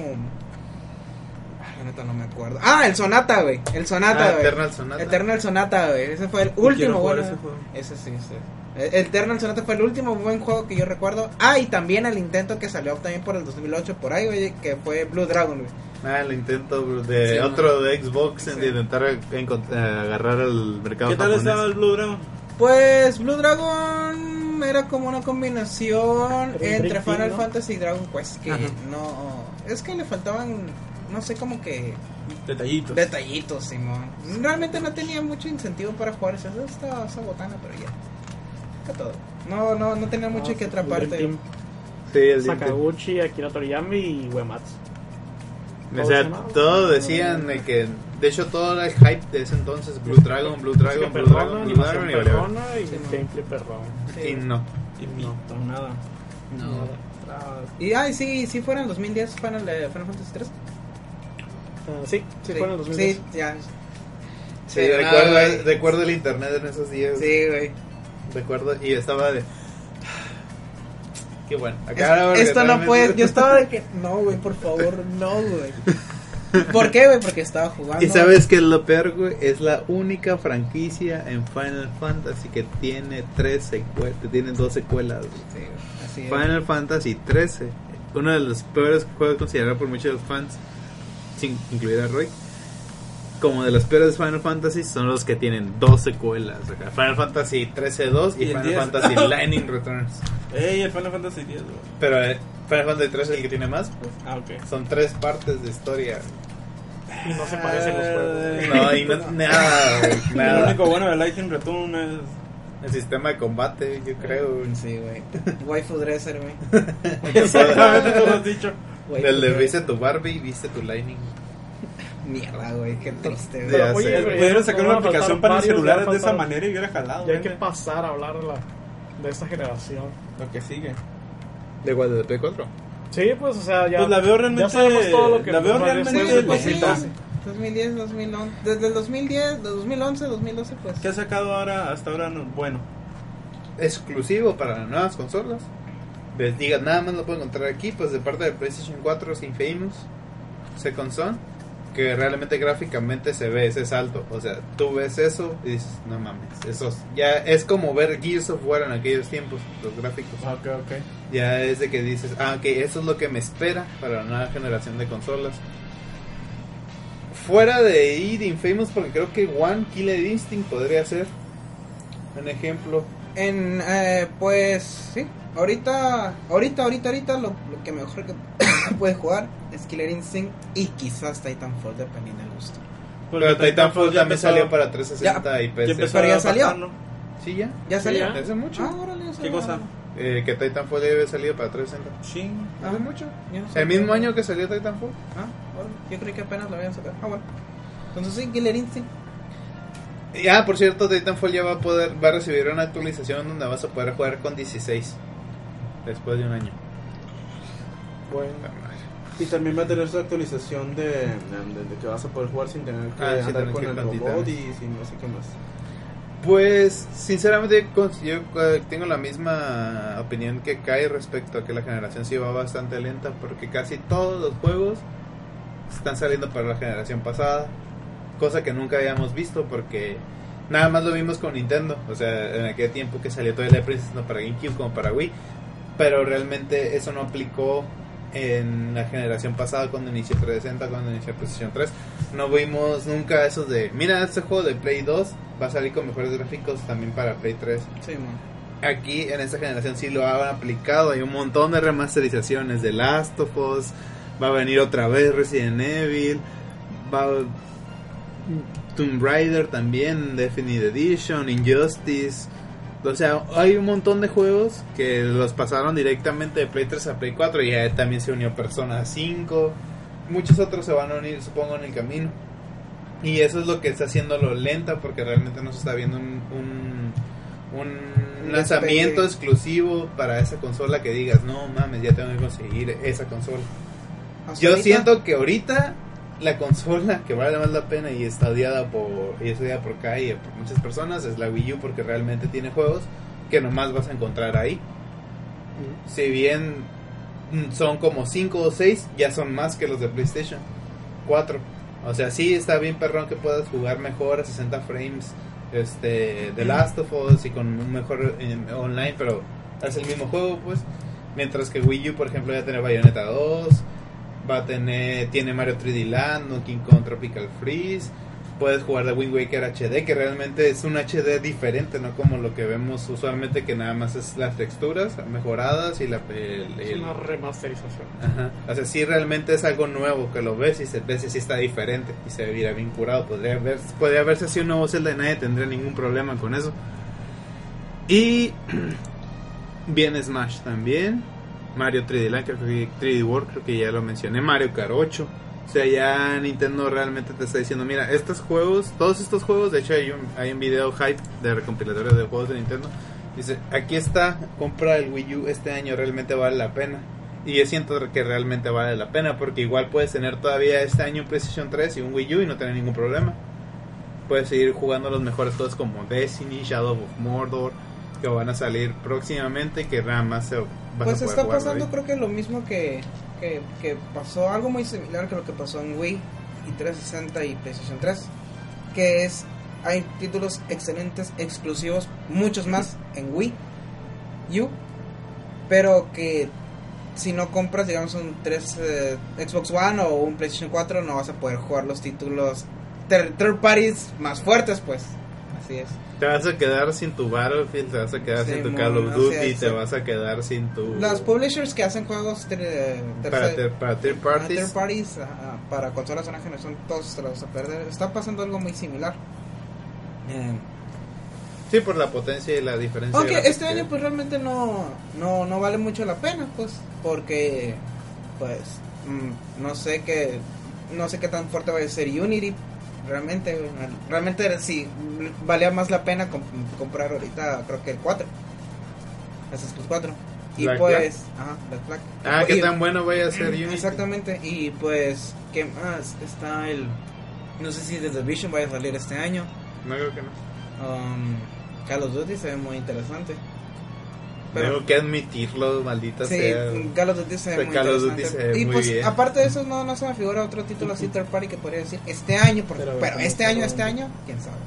Speaker 4: la neta no me acuerdo. Ah, el Sonata, güey. El Sonata,
Speaker 3: Ah,
Speaker 4: güey.
Speaker 3: Eternal Sonata.
Speaker 4: Eternal Sonata, güey. Ese fue el
Speaker 2: Quiero
Speaker 4: último,
Speaker 2: jugar
Speaker 4: bueno.
Speaker 2: ese juego.
Speaker 4: Ese sí, sí. E- Eternal Sonata fue el último buen juego que yo recuerdo. Ah, y también el intento que salió también por el 2008 por ahí, güey, que fue Blue Dragon, güey.
Speaker 3: Ah, el intento bro, de
Speaker 4: Sí,
Speaker 3: otro de Xbox
Speaker 4: Sí.
Speaker 3: de intentar encont- eh, agarrar el mercado
Speaker 2: ¿Qué tal
Speaker 3: japonés.
Speaker 2: estaba el Blue Dragon?
Speaker 4: Pues Blue Dragon era como una combinación
Speaker 5: Era un
Speaker 4: entre
Speaker 5: Dream Team,
Speaker 4: Final
Speaker 5: ¿no?
Speaker 4: Fantasy y Dragon Quest que
Speaker 2: Ajá.
Speaker 4: no es que le faltaban no sé como que
Speaker 2: Detallitos.
Speaker 4: detallitos, Simón. Realmente no tenía mucho incentivo para jugar esa esa, esa botana, pero ya. Fue todo. No, no, no tenía Ah, mucho que atraparte.
Speaker 3: Sí, el intento.
Speaker 5: Ah, Sakaguchi, Akira Toriyama y Uematsu.
Speaker 3: O sea, todos decían de que. De hecho, todo era el hype de ese entonces: Blue Dragon, Blue Dragon,
Speaker 5: Es que
Speaker 3: Blue
Speaker 5: perdona,
Speaker 3: Dragon, Blue
Speaker 5: animación
Speaker 3: Dragon y whatever.
Speaker 5: perdona y
Speaker 4: Sí, no.
Speaker 5: gameplay perdón.
Speaker 4: Sí.
Speaker 3: Y no.
Speaker 2: Y no, nada.
Speaker 4: No. Y ay, sí, sí fueron 2010 Final, eh, Final Fantasy 3.
Speaker 5: Ah, sí, sí, fue en el 2010.
Speaker 4: Sí, ya.
Speaker 3: Sí,
Speaker 4: Sí,
Speaker 3: recuerdo,
Speaker 4: nada, güey.
Speaker 3: recuerdo el internet en esos días.
Speaker 4: Sí, güey.
Speaker 3: Recuerdo, y estaba de. [SIGHS] Qué bueno.
Speaker 4: Es-
Speaker 3: acá ahora
Speaker 4: esto no
Speaker 3: realmente-
Speaker 4: puede. Yo estaba de que. No, güey, por favor, no, güey. ¿Por qué, güey? Porque estaba jugando.
Speaker 3: Y sabes que lo peor, güey, es la única franquicia en Final Fantasy que tiene tres secuelas, tiene dos secuelas. güey.
Speaker 4: Sí, güey, así es.
Speaker 3: Final Fantasy 13, uno de los peores juegos considerado por muchos fans, sin incluir a Roy. Como de los peores Final Fantasy son los que tienen dos secuelas. o sea, Final Fantasy 13 2
Speaker 2: Y
Speaker 3: y,
Speaker 2: el
Speaker 3: Final
Speaker 2: 10. [LAUGHS]
Speaker 3: Fantasy Lightning Returns.
Speaker 2: Ey, el Final Fantasy X, güey.
Speaker 3: Pero eh, Final Fantasy 13 es el que tiene más. pues,
Speaker 2: Ah, ok.
Speaker 3: Son tres partes de historia.
Speaker 5: Y no se parecen los
Speaker 4: Ah.
Speaker 5: juegos.
Speaker 3: No, y no, nada, güey,
Speaker 2: Lo
Speaker 3: nada.
Speaker 2: único bueno de Lightning Return es. [LAUGHS]
Speaker 3: El sistema de combate, yo creo.
Speaker 4: Sí, güey. Waifu Dresser, güey.
Speaker 2: Exactamente, tú lo has dicho.
Speaker 4: Waifu
Speaker 3: El de
Speaker 4: Dresser.
Speaker 3: viste tu Barbie, viste tu Lightning.
Speaker 4: Mierda, güey, qué triste, güey.
Speaker 3: Ya
Speaker 5: Pero,
Speaker 3: sé,
Speaker 5: oye,
Speaker 3: güey.
Speaker 5: güey,
Speaker 2: Pudieron sacar
Speaker 5: no
Speaker 2: una
Speaker 5: van a faltar
Speaker 2: aplicación para
Speaker 5: varios,
Speaker 2: celulares
Speaker 5: ya
Speaker 2: de esa
Speaker 5: faltaron-
Speaker 2: manera y hubiera jalado. ¿eh?
Speaker 5: Ya hay que
Speaker 2: güey.
Speaker 5: pasar a hablar de, la, de esta generación.
Speaker 2: Lo que sigue.
Speaker 3: ¿De cuál? ¿De Play 4?
Speaker 5: Sí, pues, o sea, ya.
Speaker 2: Pues la veo realmente-
Speaker 5: Ya sabemos todo lo que
Speaker 2: la veo
Speaker 5: nos va a
Speaker 2: realmente
Speaker 5: decir el
Speaker 2: de
Speaker 4: Sí,
Speaker 5: 2012.
Speaker 4: 2010, 2011. Desde el 2010, de 2011, 2012, pues.
Speaker 2: ¿Qué ha sacado ahora hasta ahora? no- Bueno,
Speaker 3: exclusivo para las nuevas consolas. Les diga, nada más lo puedo encontrar aquí, pues de parte de PlayStation 4 sin Famous, Second Son, que realmente gráficamente se ve ese salto. O sea, tú ves eso y dices, no mames, eso es- ya es como ver Gears of War en aquellos tiempos, los gráficos.
Speaker 2: Ah, ok, ok.
Speaker 3: Ya es de que dices, ah, ok, eso es lo que me espera para la nueva generación de consolas. Fuera de ir Infamous, porque creo que One Killer Instinct podría ser un ejemplo.
Speaker 4: En, eh, pues, sí. Ahorita, ahorita, ahorita, ahorita, lo, lo que mejor que [COUGHS] puedes jugar es Killer Instinct y quizás Titanfall, dependiendo del gusto.
Speaker 2: Pues
Speaker 3: Pero Titanfall
Speaker 2: ya
Speaker 3: también
Speaker 2: empezó-
Speaker 3: salió para 360 y
Speaker 2: Pues Ya
Speaker 3: PC.
Speaker 2: empezó
Speaker 4: Pero ya
Speaker 2: a
Speaker 4: salió.
Speaker 2: bajar, ¿no?
Speaker 3: Sí, ya.
Speaker 4: ¿Ya salió?
Speaker 3: Hace mucho.
Speaker 4: Ah, órale, eso
Speaker 2: ¿Qué
Speaker 4: ya-
Speaker 2: cosa?
Speaker 3: Eh, que Titanfall ya había salido para 360.
Speaker 2: Ching.
Speaker 3: Hace mucho.
Speaker 4: Yo Ah, no sé.
Speaker 3: El mismo año que salió Titanfall.
Speaker 4: Ah, órale. Yo creí que apenas lo habían sacado. Ah, bueno. Entonces sí, Killer Instinct.
Speaker 3: Y, ah, por cierto, Titanfall ya va a poder, va a recibir una actualización donde vas a poder jugar con 16. Después de un año.
Speaker 5: Bueno,
Speaker 2: Y también va a tener su actualización de, de- de que vas a poder jugar sin tener que
Speaker 3: Ah, sí,
Speaker 2: andar
Speaker 3: también
Speaker 2: con
Speaker 3: que
Speaker 2: el
Speaker 3: plantita.
Speaker 2: robot y sin no sé qué más.
Speaker 3: Pues, sinceramente, con- yo eh, tengo la misma opinión que Kai respecto a que la generación sí va bastante lenta, porque casi todos los juegos están saliendo para la generación pasada, cosa que nunca habíamos visto, porque nada más lo vimos con Nintendo, o sea, en aquel tiempo que salió todavía la Princess, no para GameCube como para Wii, pero realmente eso no aplicó en la generación pasada cuando inició 360, cuando inició PlayStation 3. No vimos nunca esos de, mira, este juego de Play 2 va a salir con mejores gráficos también para Play 3.
Speaker 4: Sí, man.
Speaker 3: Aquí en esta generación sí lo han aplicado, hay un montón de remasterizaciones de Last of Us, va a venir otra vez Resident Evil, va Tomb Raider también, Definite Edition, Injustice. O sea, hay un montón de juegos que los pasaron directamente de Play 3 a Play 4 y ya también se unió Persona 5. Muchos otros se van a unir, supongo, en el camino. Y eso es lo que está haciéndolo lenta porque realmente no se está viendo un, un- un
Speaker 4: Una
Speaker 3: lanzamiento
Speaker 4: especie.
Speaker 3: exclusivo para esa consola que digas, no mames, ya tengo que conseguir esa consola.
Speaker 4: Hasta
Speaker 3: Yo
Speaker 4: ahorita-
Speaker 3: siento que ahorita la consola que vale más la pena y está odiada por y es odiada por Kai y por muchas personas es la Wii U porque realmente tiene juegos que nomás vas a encontrar ahí. Si bien mm, son como 5 o 6, ya son más que los de PlayStation. 4. O sea, sí está bien perrón que puedas jugar mejor a 60 frames este The Last of Us y con un mejor eh, online, pero es el mismo juego, pues. Mientras que Wii U, por ejemplo, ya tiene Bayonetta 2, va a tener tiene Mario 3D Land, Donkey Kong Tropical Freeze, puedes jugar de Wind Waker HD, que realmente es un HD diferente, no como lo que vemos usualmente que nada más es las texturas mejoradas y la el-
Speaker 5: Es
Speaker 3: el-
Speaker 5: una remasterización.
Speaker 3: Ajá. O sea, sí realmente es algo nuevo que lo ves y se ves y sí está diferente y se vería bien curado. Podría, ver, podría verse así un nuevo Zelda y nadie tendría ningún problema con eso. Y [CLEARS THROAT] bien Smash también. Mario 3D Land, creo que 3D World, creo que ya lo mencioné. Mario Kart 8. O sea, ya Nintendo realmente te está diciendo, mira, estos juegos, todos estos juegos, de hecho hay un, hay un video hype de recompilatorio de juegos de Nintendo. Dice, aquí está, compra el Wii U este año, realmente vale la pena. Y yo siento que realmente vale la pena, porque igual puedes tener todavía este año un PlayStation 3 y un Wii U y no tener ningún problema. Puedes seguir jugando los mejores juegos como Destiny, Shadow of Mordor, que van a salir próximamente y que nada más se vas a
Speaker 4: Pues
Speaker 3: poder
Speaker 4: está
Speaker 3: jugarlo
Speaker 4: pasando
Speaker 3: ahí.
Speaker 4: creo que lo mismo que, que, que pasó, algo muy similar que lo que pasó en Wii y 360 y PlayStation 3, que es, hay títulos excelentes, exclusivos, muchos más en Wii U, pero que si no compras, digamos, un 3, eh, Xbox One o un PlayStation 4, no vas a poder jugar los títulos ter- third parties más fuertes, pues, así es.
Speaker 3: Te vas a quedar sin tu Battlefield, te vas a quedar
Speaker 4: Sí,
Speaker 3: sin tu
Speaker 4: mon,
Speaker 3: Call of
Speaker 4: o
Speaker 3: Duty,
Speaker 4: sea,
Speaker 3: te
Speaker 4: sí.
Speaker 3: vas a quedar sin tu...
Speaker 4: Las publishers que hacen juegos ter- eh,
Speaker 3: para,
Speaker 4: tercer-
Speaker 3: ter- para third
Speaker 4: para
Speaker 3: parties.
Speaker 4: third parties, ajá, para consolas de una generación, todos te la vas a perder. Está pasando algo muy similar.
Speaker 3: Eh, Sí, por la potencia y la diferencia.
Speaker 4: Aunque
Speaker 3: gráfica.
Speaker 4: este año pues realmente no, no, no vale mucho la pena, pues, porque pues mm, no sé qué no sé qué tan fuerte va a ser Unity. Realmente, güey, realmente sí, valía más la pena comp- comprar ahorita, creo que el 4. Assassin's Creed 4. Y
Speaker 3: Black Flag.
Speaker 4: pues, ajá, Black Flag.
Speaker 3: Ah, qué
Speaker 4: Y-
Speaker 3: tan bueno vaya a ser Unity.
Speaker 4: Exactamente, y pues, ¿qué más? Está el. No sé si The Division vaya a salir este año.
Speaker 3: No creo que no.
Speaker 4: Um, Call of Duty se ve muy interesante.
Speaker 3: Tengo que admitirlo, maldita
Speaker 4: sí,
Speaker 3: sea.
Speaker 4: Call of Duty se ve
Speaker 3: The
Speaker 4: muy
Speaker 3: Call of Duty
Speaker 4: interesante.
Speaker 3: se ve
Speaker 4: y
Speaker 3: muy
Speaker 4: pues,
Speaker 3: bien.
Speaker 4: aparte de eso, no, no se me figura otro título así third party que podría decir este año, porque,
Speaker 6: Pero
Speaker 4: pero,
Speaker 6: a ver cómo
Speaker 4: este
Speaker 6: está
Speaker 4: año,
Speaker 6: todo.
Speaker 4: este año, quién sabe.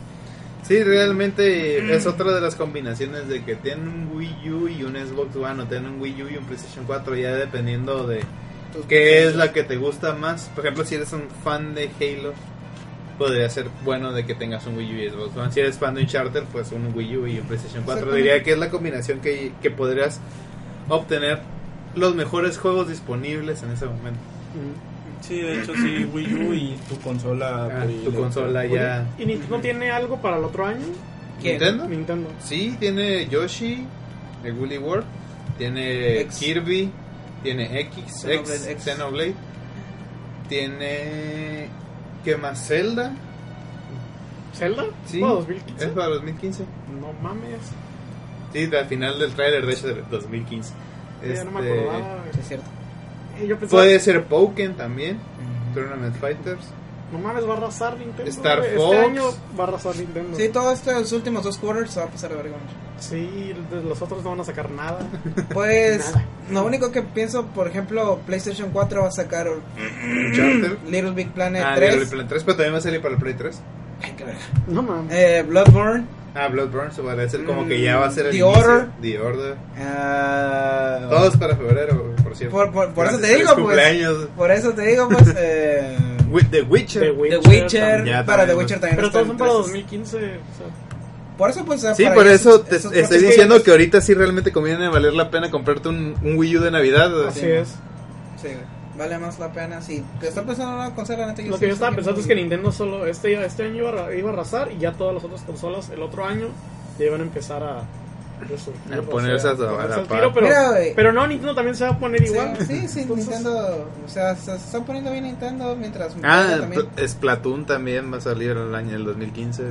Speaker 3: Sí, realmente es otra de las combinaciones de que tienen un Wii U y un Xbox One o tienen un Wii U y un PlayStation 4, ya dependiendo de qué es la que te gusta más. Por ejemplo, si eres un fan de Halo, podría ser bueno de que tengas un Wii U y Xbox One. Si eres fan de Uncharted, pues un Wii U y un PlayStation 4.
Speaker 4: Exactamente.
Speaker 3: Diría que es la combinación que, que podrías obtener los mejores juegos disponibles en ese momento.
Speaker 2: Sí, de hecho, sí, Wii U y tu consola.
Speaker 3: Ah,
Speaker 2: pues,
Speaker 3: tu
Speaker 2: le-
Speaker 3: consola
Speaker 5: Oye,
Speaker 3: ya...
Speaker 5: ¿Y Nintendo tiene algo para el otro año?
Speaker 4: ¿Quién?
Speaker 3: ¿Nintendo?
Speaker 5: Nintendo.
Speaker 3: Sí, tiene Yoshi, el Woolly World, tiene
Speaker 4: X.
Speaker 3: Kirby, tiene X,
Speaker 4: Xenoblade
Speaker 3: X,
Speaker 4: X.
Speaker 3: Xenoblade, tiene. ¿Qué más? Zelda,
Speaker 5: ¿Zelda?
Speaker 3: sí,
Speaker 5: ¿Para 2015?
Speaker 3: es para 2015.
Speaker 5: No mames.
Speaker 3: Sí, al final del trailer, de hecho, de 2015.
Speaker 5: Sí, Ya no me
Speaker 3: Este, pues,
Speaker 5: acordaba.
Speaker 4: Sí, es cierto.
Speaker 5: Eh, Yo pensaba,
Speaker 3: Puede ser Pokémon también, Tournament Fighters.
Speaker 5: no mames, va a arrasar Nintendo.
Speaker 3: Star
Speaker 5: güey.
Speaker 3: Fox.
Speaker 5: Este año va a arrasar Nintendo.
Speaker 4: Sí, todo esto en los últimos dos quarters se va a pasar de verga mucho.
Speaker 6: [LAUGHS]
Speaker 5: Sí, de- los otros no van a
Speaker 3: [LAUGHS]
Speaker 5: sacar nada.
Speaker 4: Pues
Speaker 5: Nada.
Speaker 4: lo único que pienso, por ejemplo, PlayStation 4 va a sacar
Speaker 3: Uncharted.
Speaker 4: Little Big Planet
Speaker 3: Ah,
Speaker 4: 3.
Speaker 3: Little Big Planet 3, pero también va a salir para el Play 3.
Speaker 4: Ay, qué verga.
Speaker 5: No mames.
Speaker 4: Eh, Bloodborne.
Speaker 3: Ah, Bloodborne, se parece como que ya va a ser el
Speaker 4: Mm, The
Speaker 3: inicio.
Speaker 4: Order.
Speaker 3: The Order.
Speaker 4: ah,
Speaker 3: Todos para febrero, por cierto.
Speaker 4: Por- por- por eso te
Speaker 3: Gracias,
Speaker 4: digo,
Speaker 3: feliz
Speaker 4: pues.
Speaker 3: cumpleaños.
Speaker 4: Por eso te digo, pues.
Speaker 5: [LAUGHS]
Speaker 4: eh,
Speaker 3: Wi- The Witcher.
Speaker 5: The Witcher.
Speaker 4: The Witcher.
Speaker 3: Ya,
Speaker 4: para The
Speaker 3: también.
Speaker 4: Witcher también.
Speaker 5: Pero
Speaker 4: está
Speaker 5: todos son para
Speaker 4: entre-
Speaker 5: 2015. O sea,
Speaker 4: Por eso, pues. ah,
Speaker 3: Sí,
Speaker 4: para
Speaker 3: por
Speaker 4: ellos
Speaker 3: eso
Speaker 4: es-
Speaker 3: te
Speaker 4: esos
Speaker 3: estoy
Speaker 4: propios
Speaker 3: diciendo
Speaker 4: juegos.
Speaker 3: que ahorita sí realmente conviene valer la pena comprarte un, un Wii U de Navidad.
Speaker 5: así
Speaker 4: Ah, sí.
Speaker 5: es.
Speaker 4: Sí, vale más la pena. Si te está pensando en una consola, neta,
Speaker 5: Lo
Speaker 4: sí
Speaker 5: que yo estaba
Speaker 4: estoy
Speaker 5: pensando es que
Speaker 4: viendo-
Speaker 5: Nintendo solo este, este año iba a, iba a arrasar y ya todas las otras consolas el otro año ya iban a empezar a resurgir,
Speaker 3: A
Speaker 5: o
Speaker 3: ponerse
Speaker 5: sea,
Speaker 3: a- a
Speaker 5: ponerse
Speaker 3: la
Speaker 5: al
Speaker 3: par.
Speaker 5: tiro, pero,
Speaker 4: Mira, güey.
Speaker 5: pero no, Nintendo también se va a poner igual.
Speaker 4: Sí, sí, sí,
Speaker 5: Entonces,
Speaker 4: Nintendo. O sea, se están poniendo bien Nintendo mientras.
Speaker 3: Ah,
Speaker 4: Nintendo también-
Speaker 3: Pl- Splatoon también va a salir el año el 2015.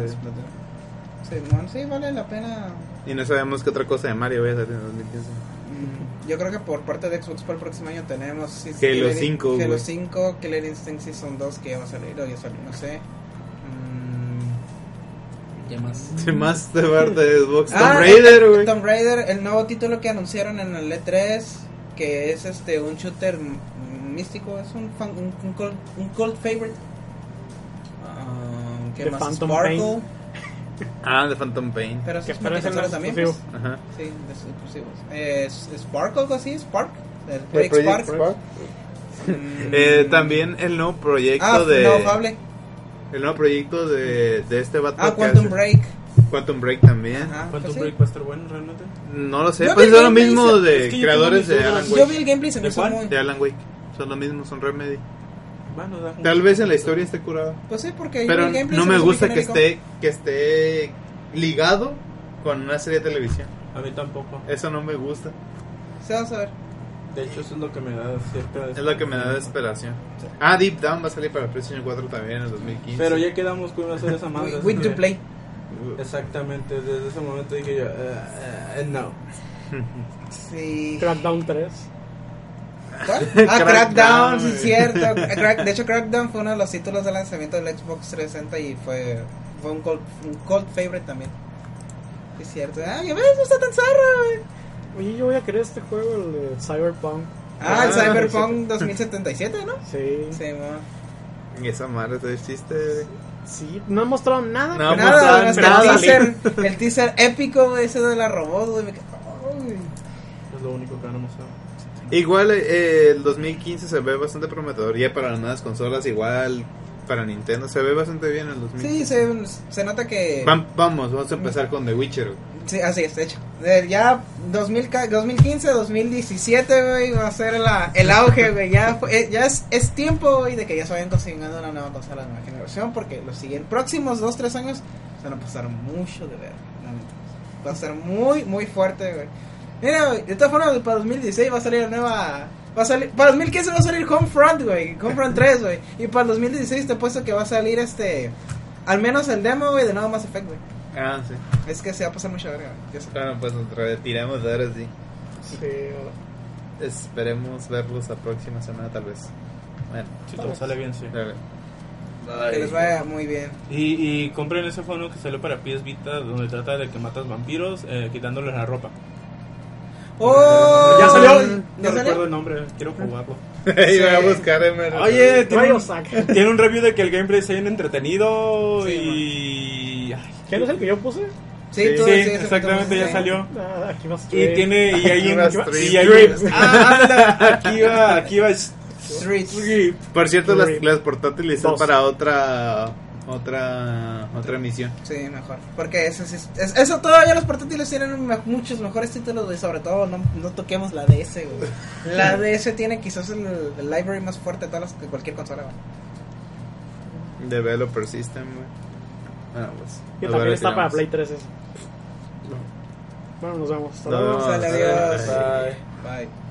Speaker 4: Simón, sí, vale la pena.
Speaker 3: Y no sabemos qué otra cosa de Mario vaya a salir en el 2015.
Speaker 4: Mm, Yo creo que por parte de Xbox para el próximo año tenemos sí,
Speaker 3: Halo
Speaker 4: Killer In-
Speaker 3: 5,
Speaker 4: Halo
Speaker 3: güey.
Speaker 4: 5, Killer Instinct Season 2 que ya va a salir o ya salió, no sé. Mm, ¿Qué más?
Speaker 3: ¿Qué más de parte de Xbox?
Speaker 4: Ah,
Speaker 3: Tomb Raider,
Speaker 4: el-
Speaker 3: güey.
Speaker 4: Tomb E Raider, el nuevo título que anunciaron en el E3, que es este un shooter mm, místico, es un, fan- un, un cult, un cult favorite. Ah, ¿Qué
Speaker 5: The
Speaker 4: más?
Speaker 5: Phantom
Speaker 4: Sparkle,
Speaker 5: Pain.
Speaker 3: Ah, de Phantom Pain.
Speaker 4: pero eso
Speaker 5: Que
Speaker 4: es
Speaker 5: pero ese no
Speaker 4: multiconsola
Speaker 5: es
Speaker 4: también.
Speaker 5: exclusivo.
Speaker 4: pues.
Speaker 3: Ajá.
Speaker 4: Sí, de sus exclusivos. Eh, S- Spark o algo así, Spark. El
Speaker 6: ¿De
Speaker 4: Project
Speaker 6: Project
Speaker 4: Spark.
Speaker 6: Spark?
Speaker 4: Mm.
Speaker 3: Eh, también el nuevo proyecto
Speaker 4: ah,
Speaker 3: de.
Speaker 4: no, Fable.
Speaker 3: El nuevo proyecto de, de este vato.
Speaker 4: Ah,
Speaker 3: que
Speaker 4: Quantum
Speaker 3: hace-
Speaker 4: Break.
Speaker 3: Quantum Break también.
Speaker 4: Ajá,
Speaker 2: ¿Cuánto
Speaker 4: pues sí.
Speaker 2: break va a estar bueno realmente?
Speaker 3: No lo sé,
Speaker 4: Yo
Speaker 3: pues
Speaker 4: vi
Speaker 3: son lo
Speaker 4: gameplays
Speaker 3: mismo
Speaker 4: de-
Speaker 3: de
Speaker 2: es que yo
Speaker 3: creadores
Speaker 2: tengo
Speaker 3: de
Speaker 2: mis
Speaker 3: Alan
Speaker 2: dudas.
Speaker 4: Yo
Speaker 3: Wake.
Speaker 4: vi el gameplay, se me
Speaker 2: ¿De
Speaker 4: hizo
Speaker 2: cuál?
Speaker 4: muy...
Speaker 3: De Alan Wake. Son lo mismo, son Remedy.
Speaker 2: Bueno, da-
Speaker 3: Tal vez en la historia esté curado.
Speaker 4: Pues sí, porque yo vi
Speaker 3: Pero
Speaker 4: el gameplay,
Speaker 3: no
Speaker 4: se
Speaker 3: me
Speaker 4: hizo muy
Speaker 3: gusta que
Speaker 4: genérico.
Speaker 3: esté, que esté ligado con una serie de televisión.
Speaker 2: A mí tampoco.
Speaker 3: Eso no me gusta.
Speaker 4: Se va a saber.
Speaker 2: De hecho, eso es lo que me da cierta.
Speaker 3: Es lo que me da desesperación. Ah, Deep Down va a salir para PlayStation 4 también en el 2015.
Speaker 2: Pero ya quedamos con hacer esa madre.
Speaker 4: We,
Speaker 2: así
Speaker 4: we
Speaker 2: que-
Speaker 4: to play.
Speaker 2: Exactamente, desde ese momento dije yo, eh, eh, no.
Speaker 4: Sí.
Speaker 3: [LAUGHS]
Speaker 5: Crackdown 3.
Speaker 4: ¿Cuál? Ah,
Speaker 3: Crackdown,
Speaker 4: Crackdown, sí,
Speaker 3: güey.
Speaker 4: es cierto. Crack- de hecho, Crackdown fue uno de los títulos de lanzamiento del Xbox 360 y fue, fue un, cold, un cold favorite también. Sí, Es cierto. Ah, ya ves, no está tan zarra, güey.
Speaker 5: Oye, yo voy a querer este juego, el de Cyberpunk.
Speaker 4: Ah, el
Speaker 3: Ah,
Speaker 4: Cyberpunk 2077, ¿no?
Speaker 5: Sí. Sí,
Speaker 4: Sí, ma.
Speaker 3: Esa madre está el chiste.
Speaker 5: no han mostrado nada.
Speaker 3: No,
Speaker 5: pero-
Speaker 3: pues,
Speaker 4: Nada,
Speaker 3: ah,
Speaker 4: hasta
Speaker 3: nada.
Speaker 4: el teaser, el teaser épico ese de la robot, güey. me quedé, "Ay".
Speaker 2: Es lo único que han mostrado.
Speaker 3: Igual eh, el 2015 se ve bastante prometedor. Ya para las nuevas consolas, igual para Nintendo, se ve bastante bien el 2015.
Speaker 4: Sí, se, se nota que...
Speaker 3: Vam- vamos, vamos a empezar con The Witcher. güey.
Speaker 4: Sí, así es, de hecho. Eh, Ya 2000 ca- 2015, 2017, güey, va a ser la, el auge, güey. Ya, fue- eh, ya es, es tiempo, güey, de que ya se vayan consiguiendo una nueva consola de nueva generación, porque los siguientes próximos 2-3 años se van a pasar mucho de ver. la neta. Va a ser muy, muy fuerte, güey. Mira, güey, de todas formas, güey, para 2016 va a salir la nueva... Va a salir, para 2015 va a salir Homefront, güey. Homefront 3, güey. Y para el 2016 te he puesto que va a salir este... Al menos el demo, güey, de nuevo Mass Effect, güey.
Speaker 3: Ah, sí.
Speaker 4: Es que se va a pasar mucha verga, güey. Yo sé.
Speaker 3: Bueno, pues nos retiramos de ahora sí.
Speaker 4: [LAUGHS]
Speaker 5: Sí, ahora.
Speaker 3: Esperemos verlos la próxima semana, tal vez. Bueno,
Speaker 5: [LAUGHS]
Speaker 2: Si todo sale bien, sí.
Speaker 3: dale.
Speaker 4: Que les vaya muy bien.
Speaker 2: Y, y compren ese fono que salió para PS Vita, donde trata de que matas vampiros eh, quitándoles la ropa.
Speaker 4: ¡Oh!
Speaker 2: Ya salió. No
Speaker 4: ¿Ya
Speaker 2: recuerdo
Speaker 4: salió?
Speaker 2: el nombre, quiero jugarlo.
Speaker 3: Iba a buscar Emerald.
Speaker 2: Oye, tiene
Speaker 5: Rayo
Speaker 2: un,
Speaker 5: Saga.
Speaker 2: tiene un review de que el gameplay está bien entretenido y. ay,
Speaker 5: ¿Qué no es el que yo puse?
Speaker 4: Sí, tú
Speaker 2: sí,
Speaker 4: sí, ese
Speaker 2: exactamente,
Speaker 4: botón,
Speaker 2: ya
Speaker 4: sí.
Speaker 2: salió.
Speaker 5: Ah, aquí vas
Speaker 2: Y tiene. Y ahí.
Speaker 3: va
Speaker 2: y ahí [LAUGHS]
Speaker 3: Strip.
Speaker 2: Ah, anda, aquí va, aquí va.
Speaker 4: Streets.
Speaker 2: Strip.
Speaker 3: Por cierto, las,
Speaker 5: Rip.
Speaker 3: las portátiles son
Speaker 5: Dos.
Speaker 3: para otra otra otra misión.
Speaker 4: Sí, mejor. Porque eso, sí es- es- eso todavía los portátiles tienen me- muchos mejores títulos, güey. Sobre todo, no, no toquemos la DS, güey. La DS tiene quizás el, el library más fuerte de, todas las, de cualquier consola, güey.
Speaker 3: Developer System, güey. Bueno, pues.
Speaker 5: Que
Speaker 3: nos
Speaker 5: también está para
Speaker 3: retiramos.
Speaker 5: Play 3 eso. Bueno, nos vemos. Hasta
Speaker 3: No.
Speaker 5: luego.
Speaker 4: Sale,
Speaker 3: no,
Speaker 4: adiós.
Speaker 3: no,
Speaker 4: Bye.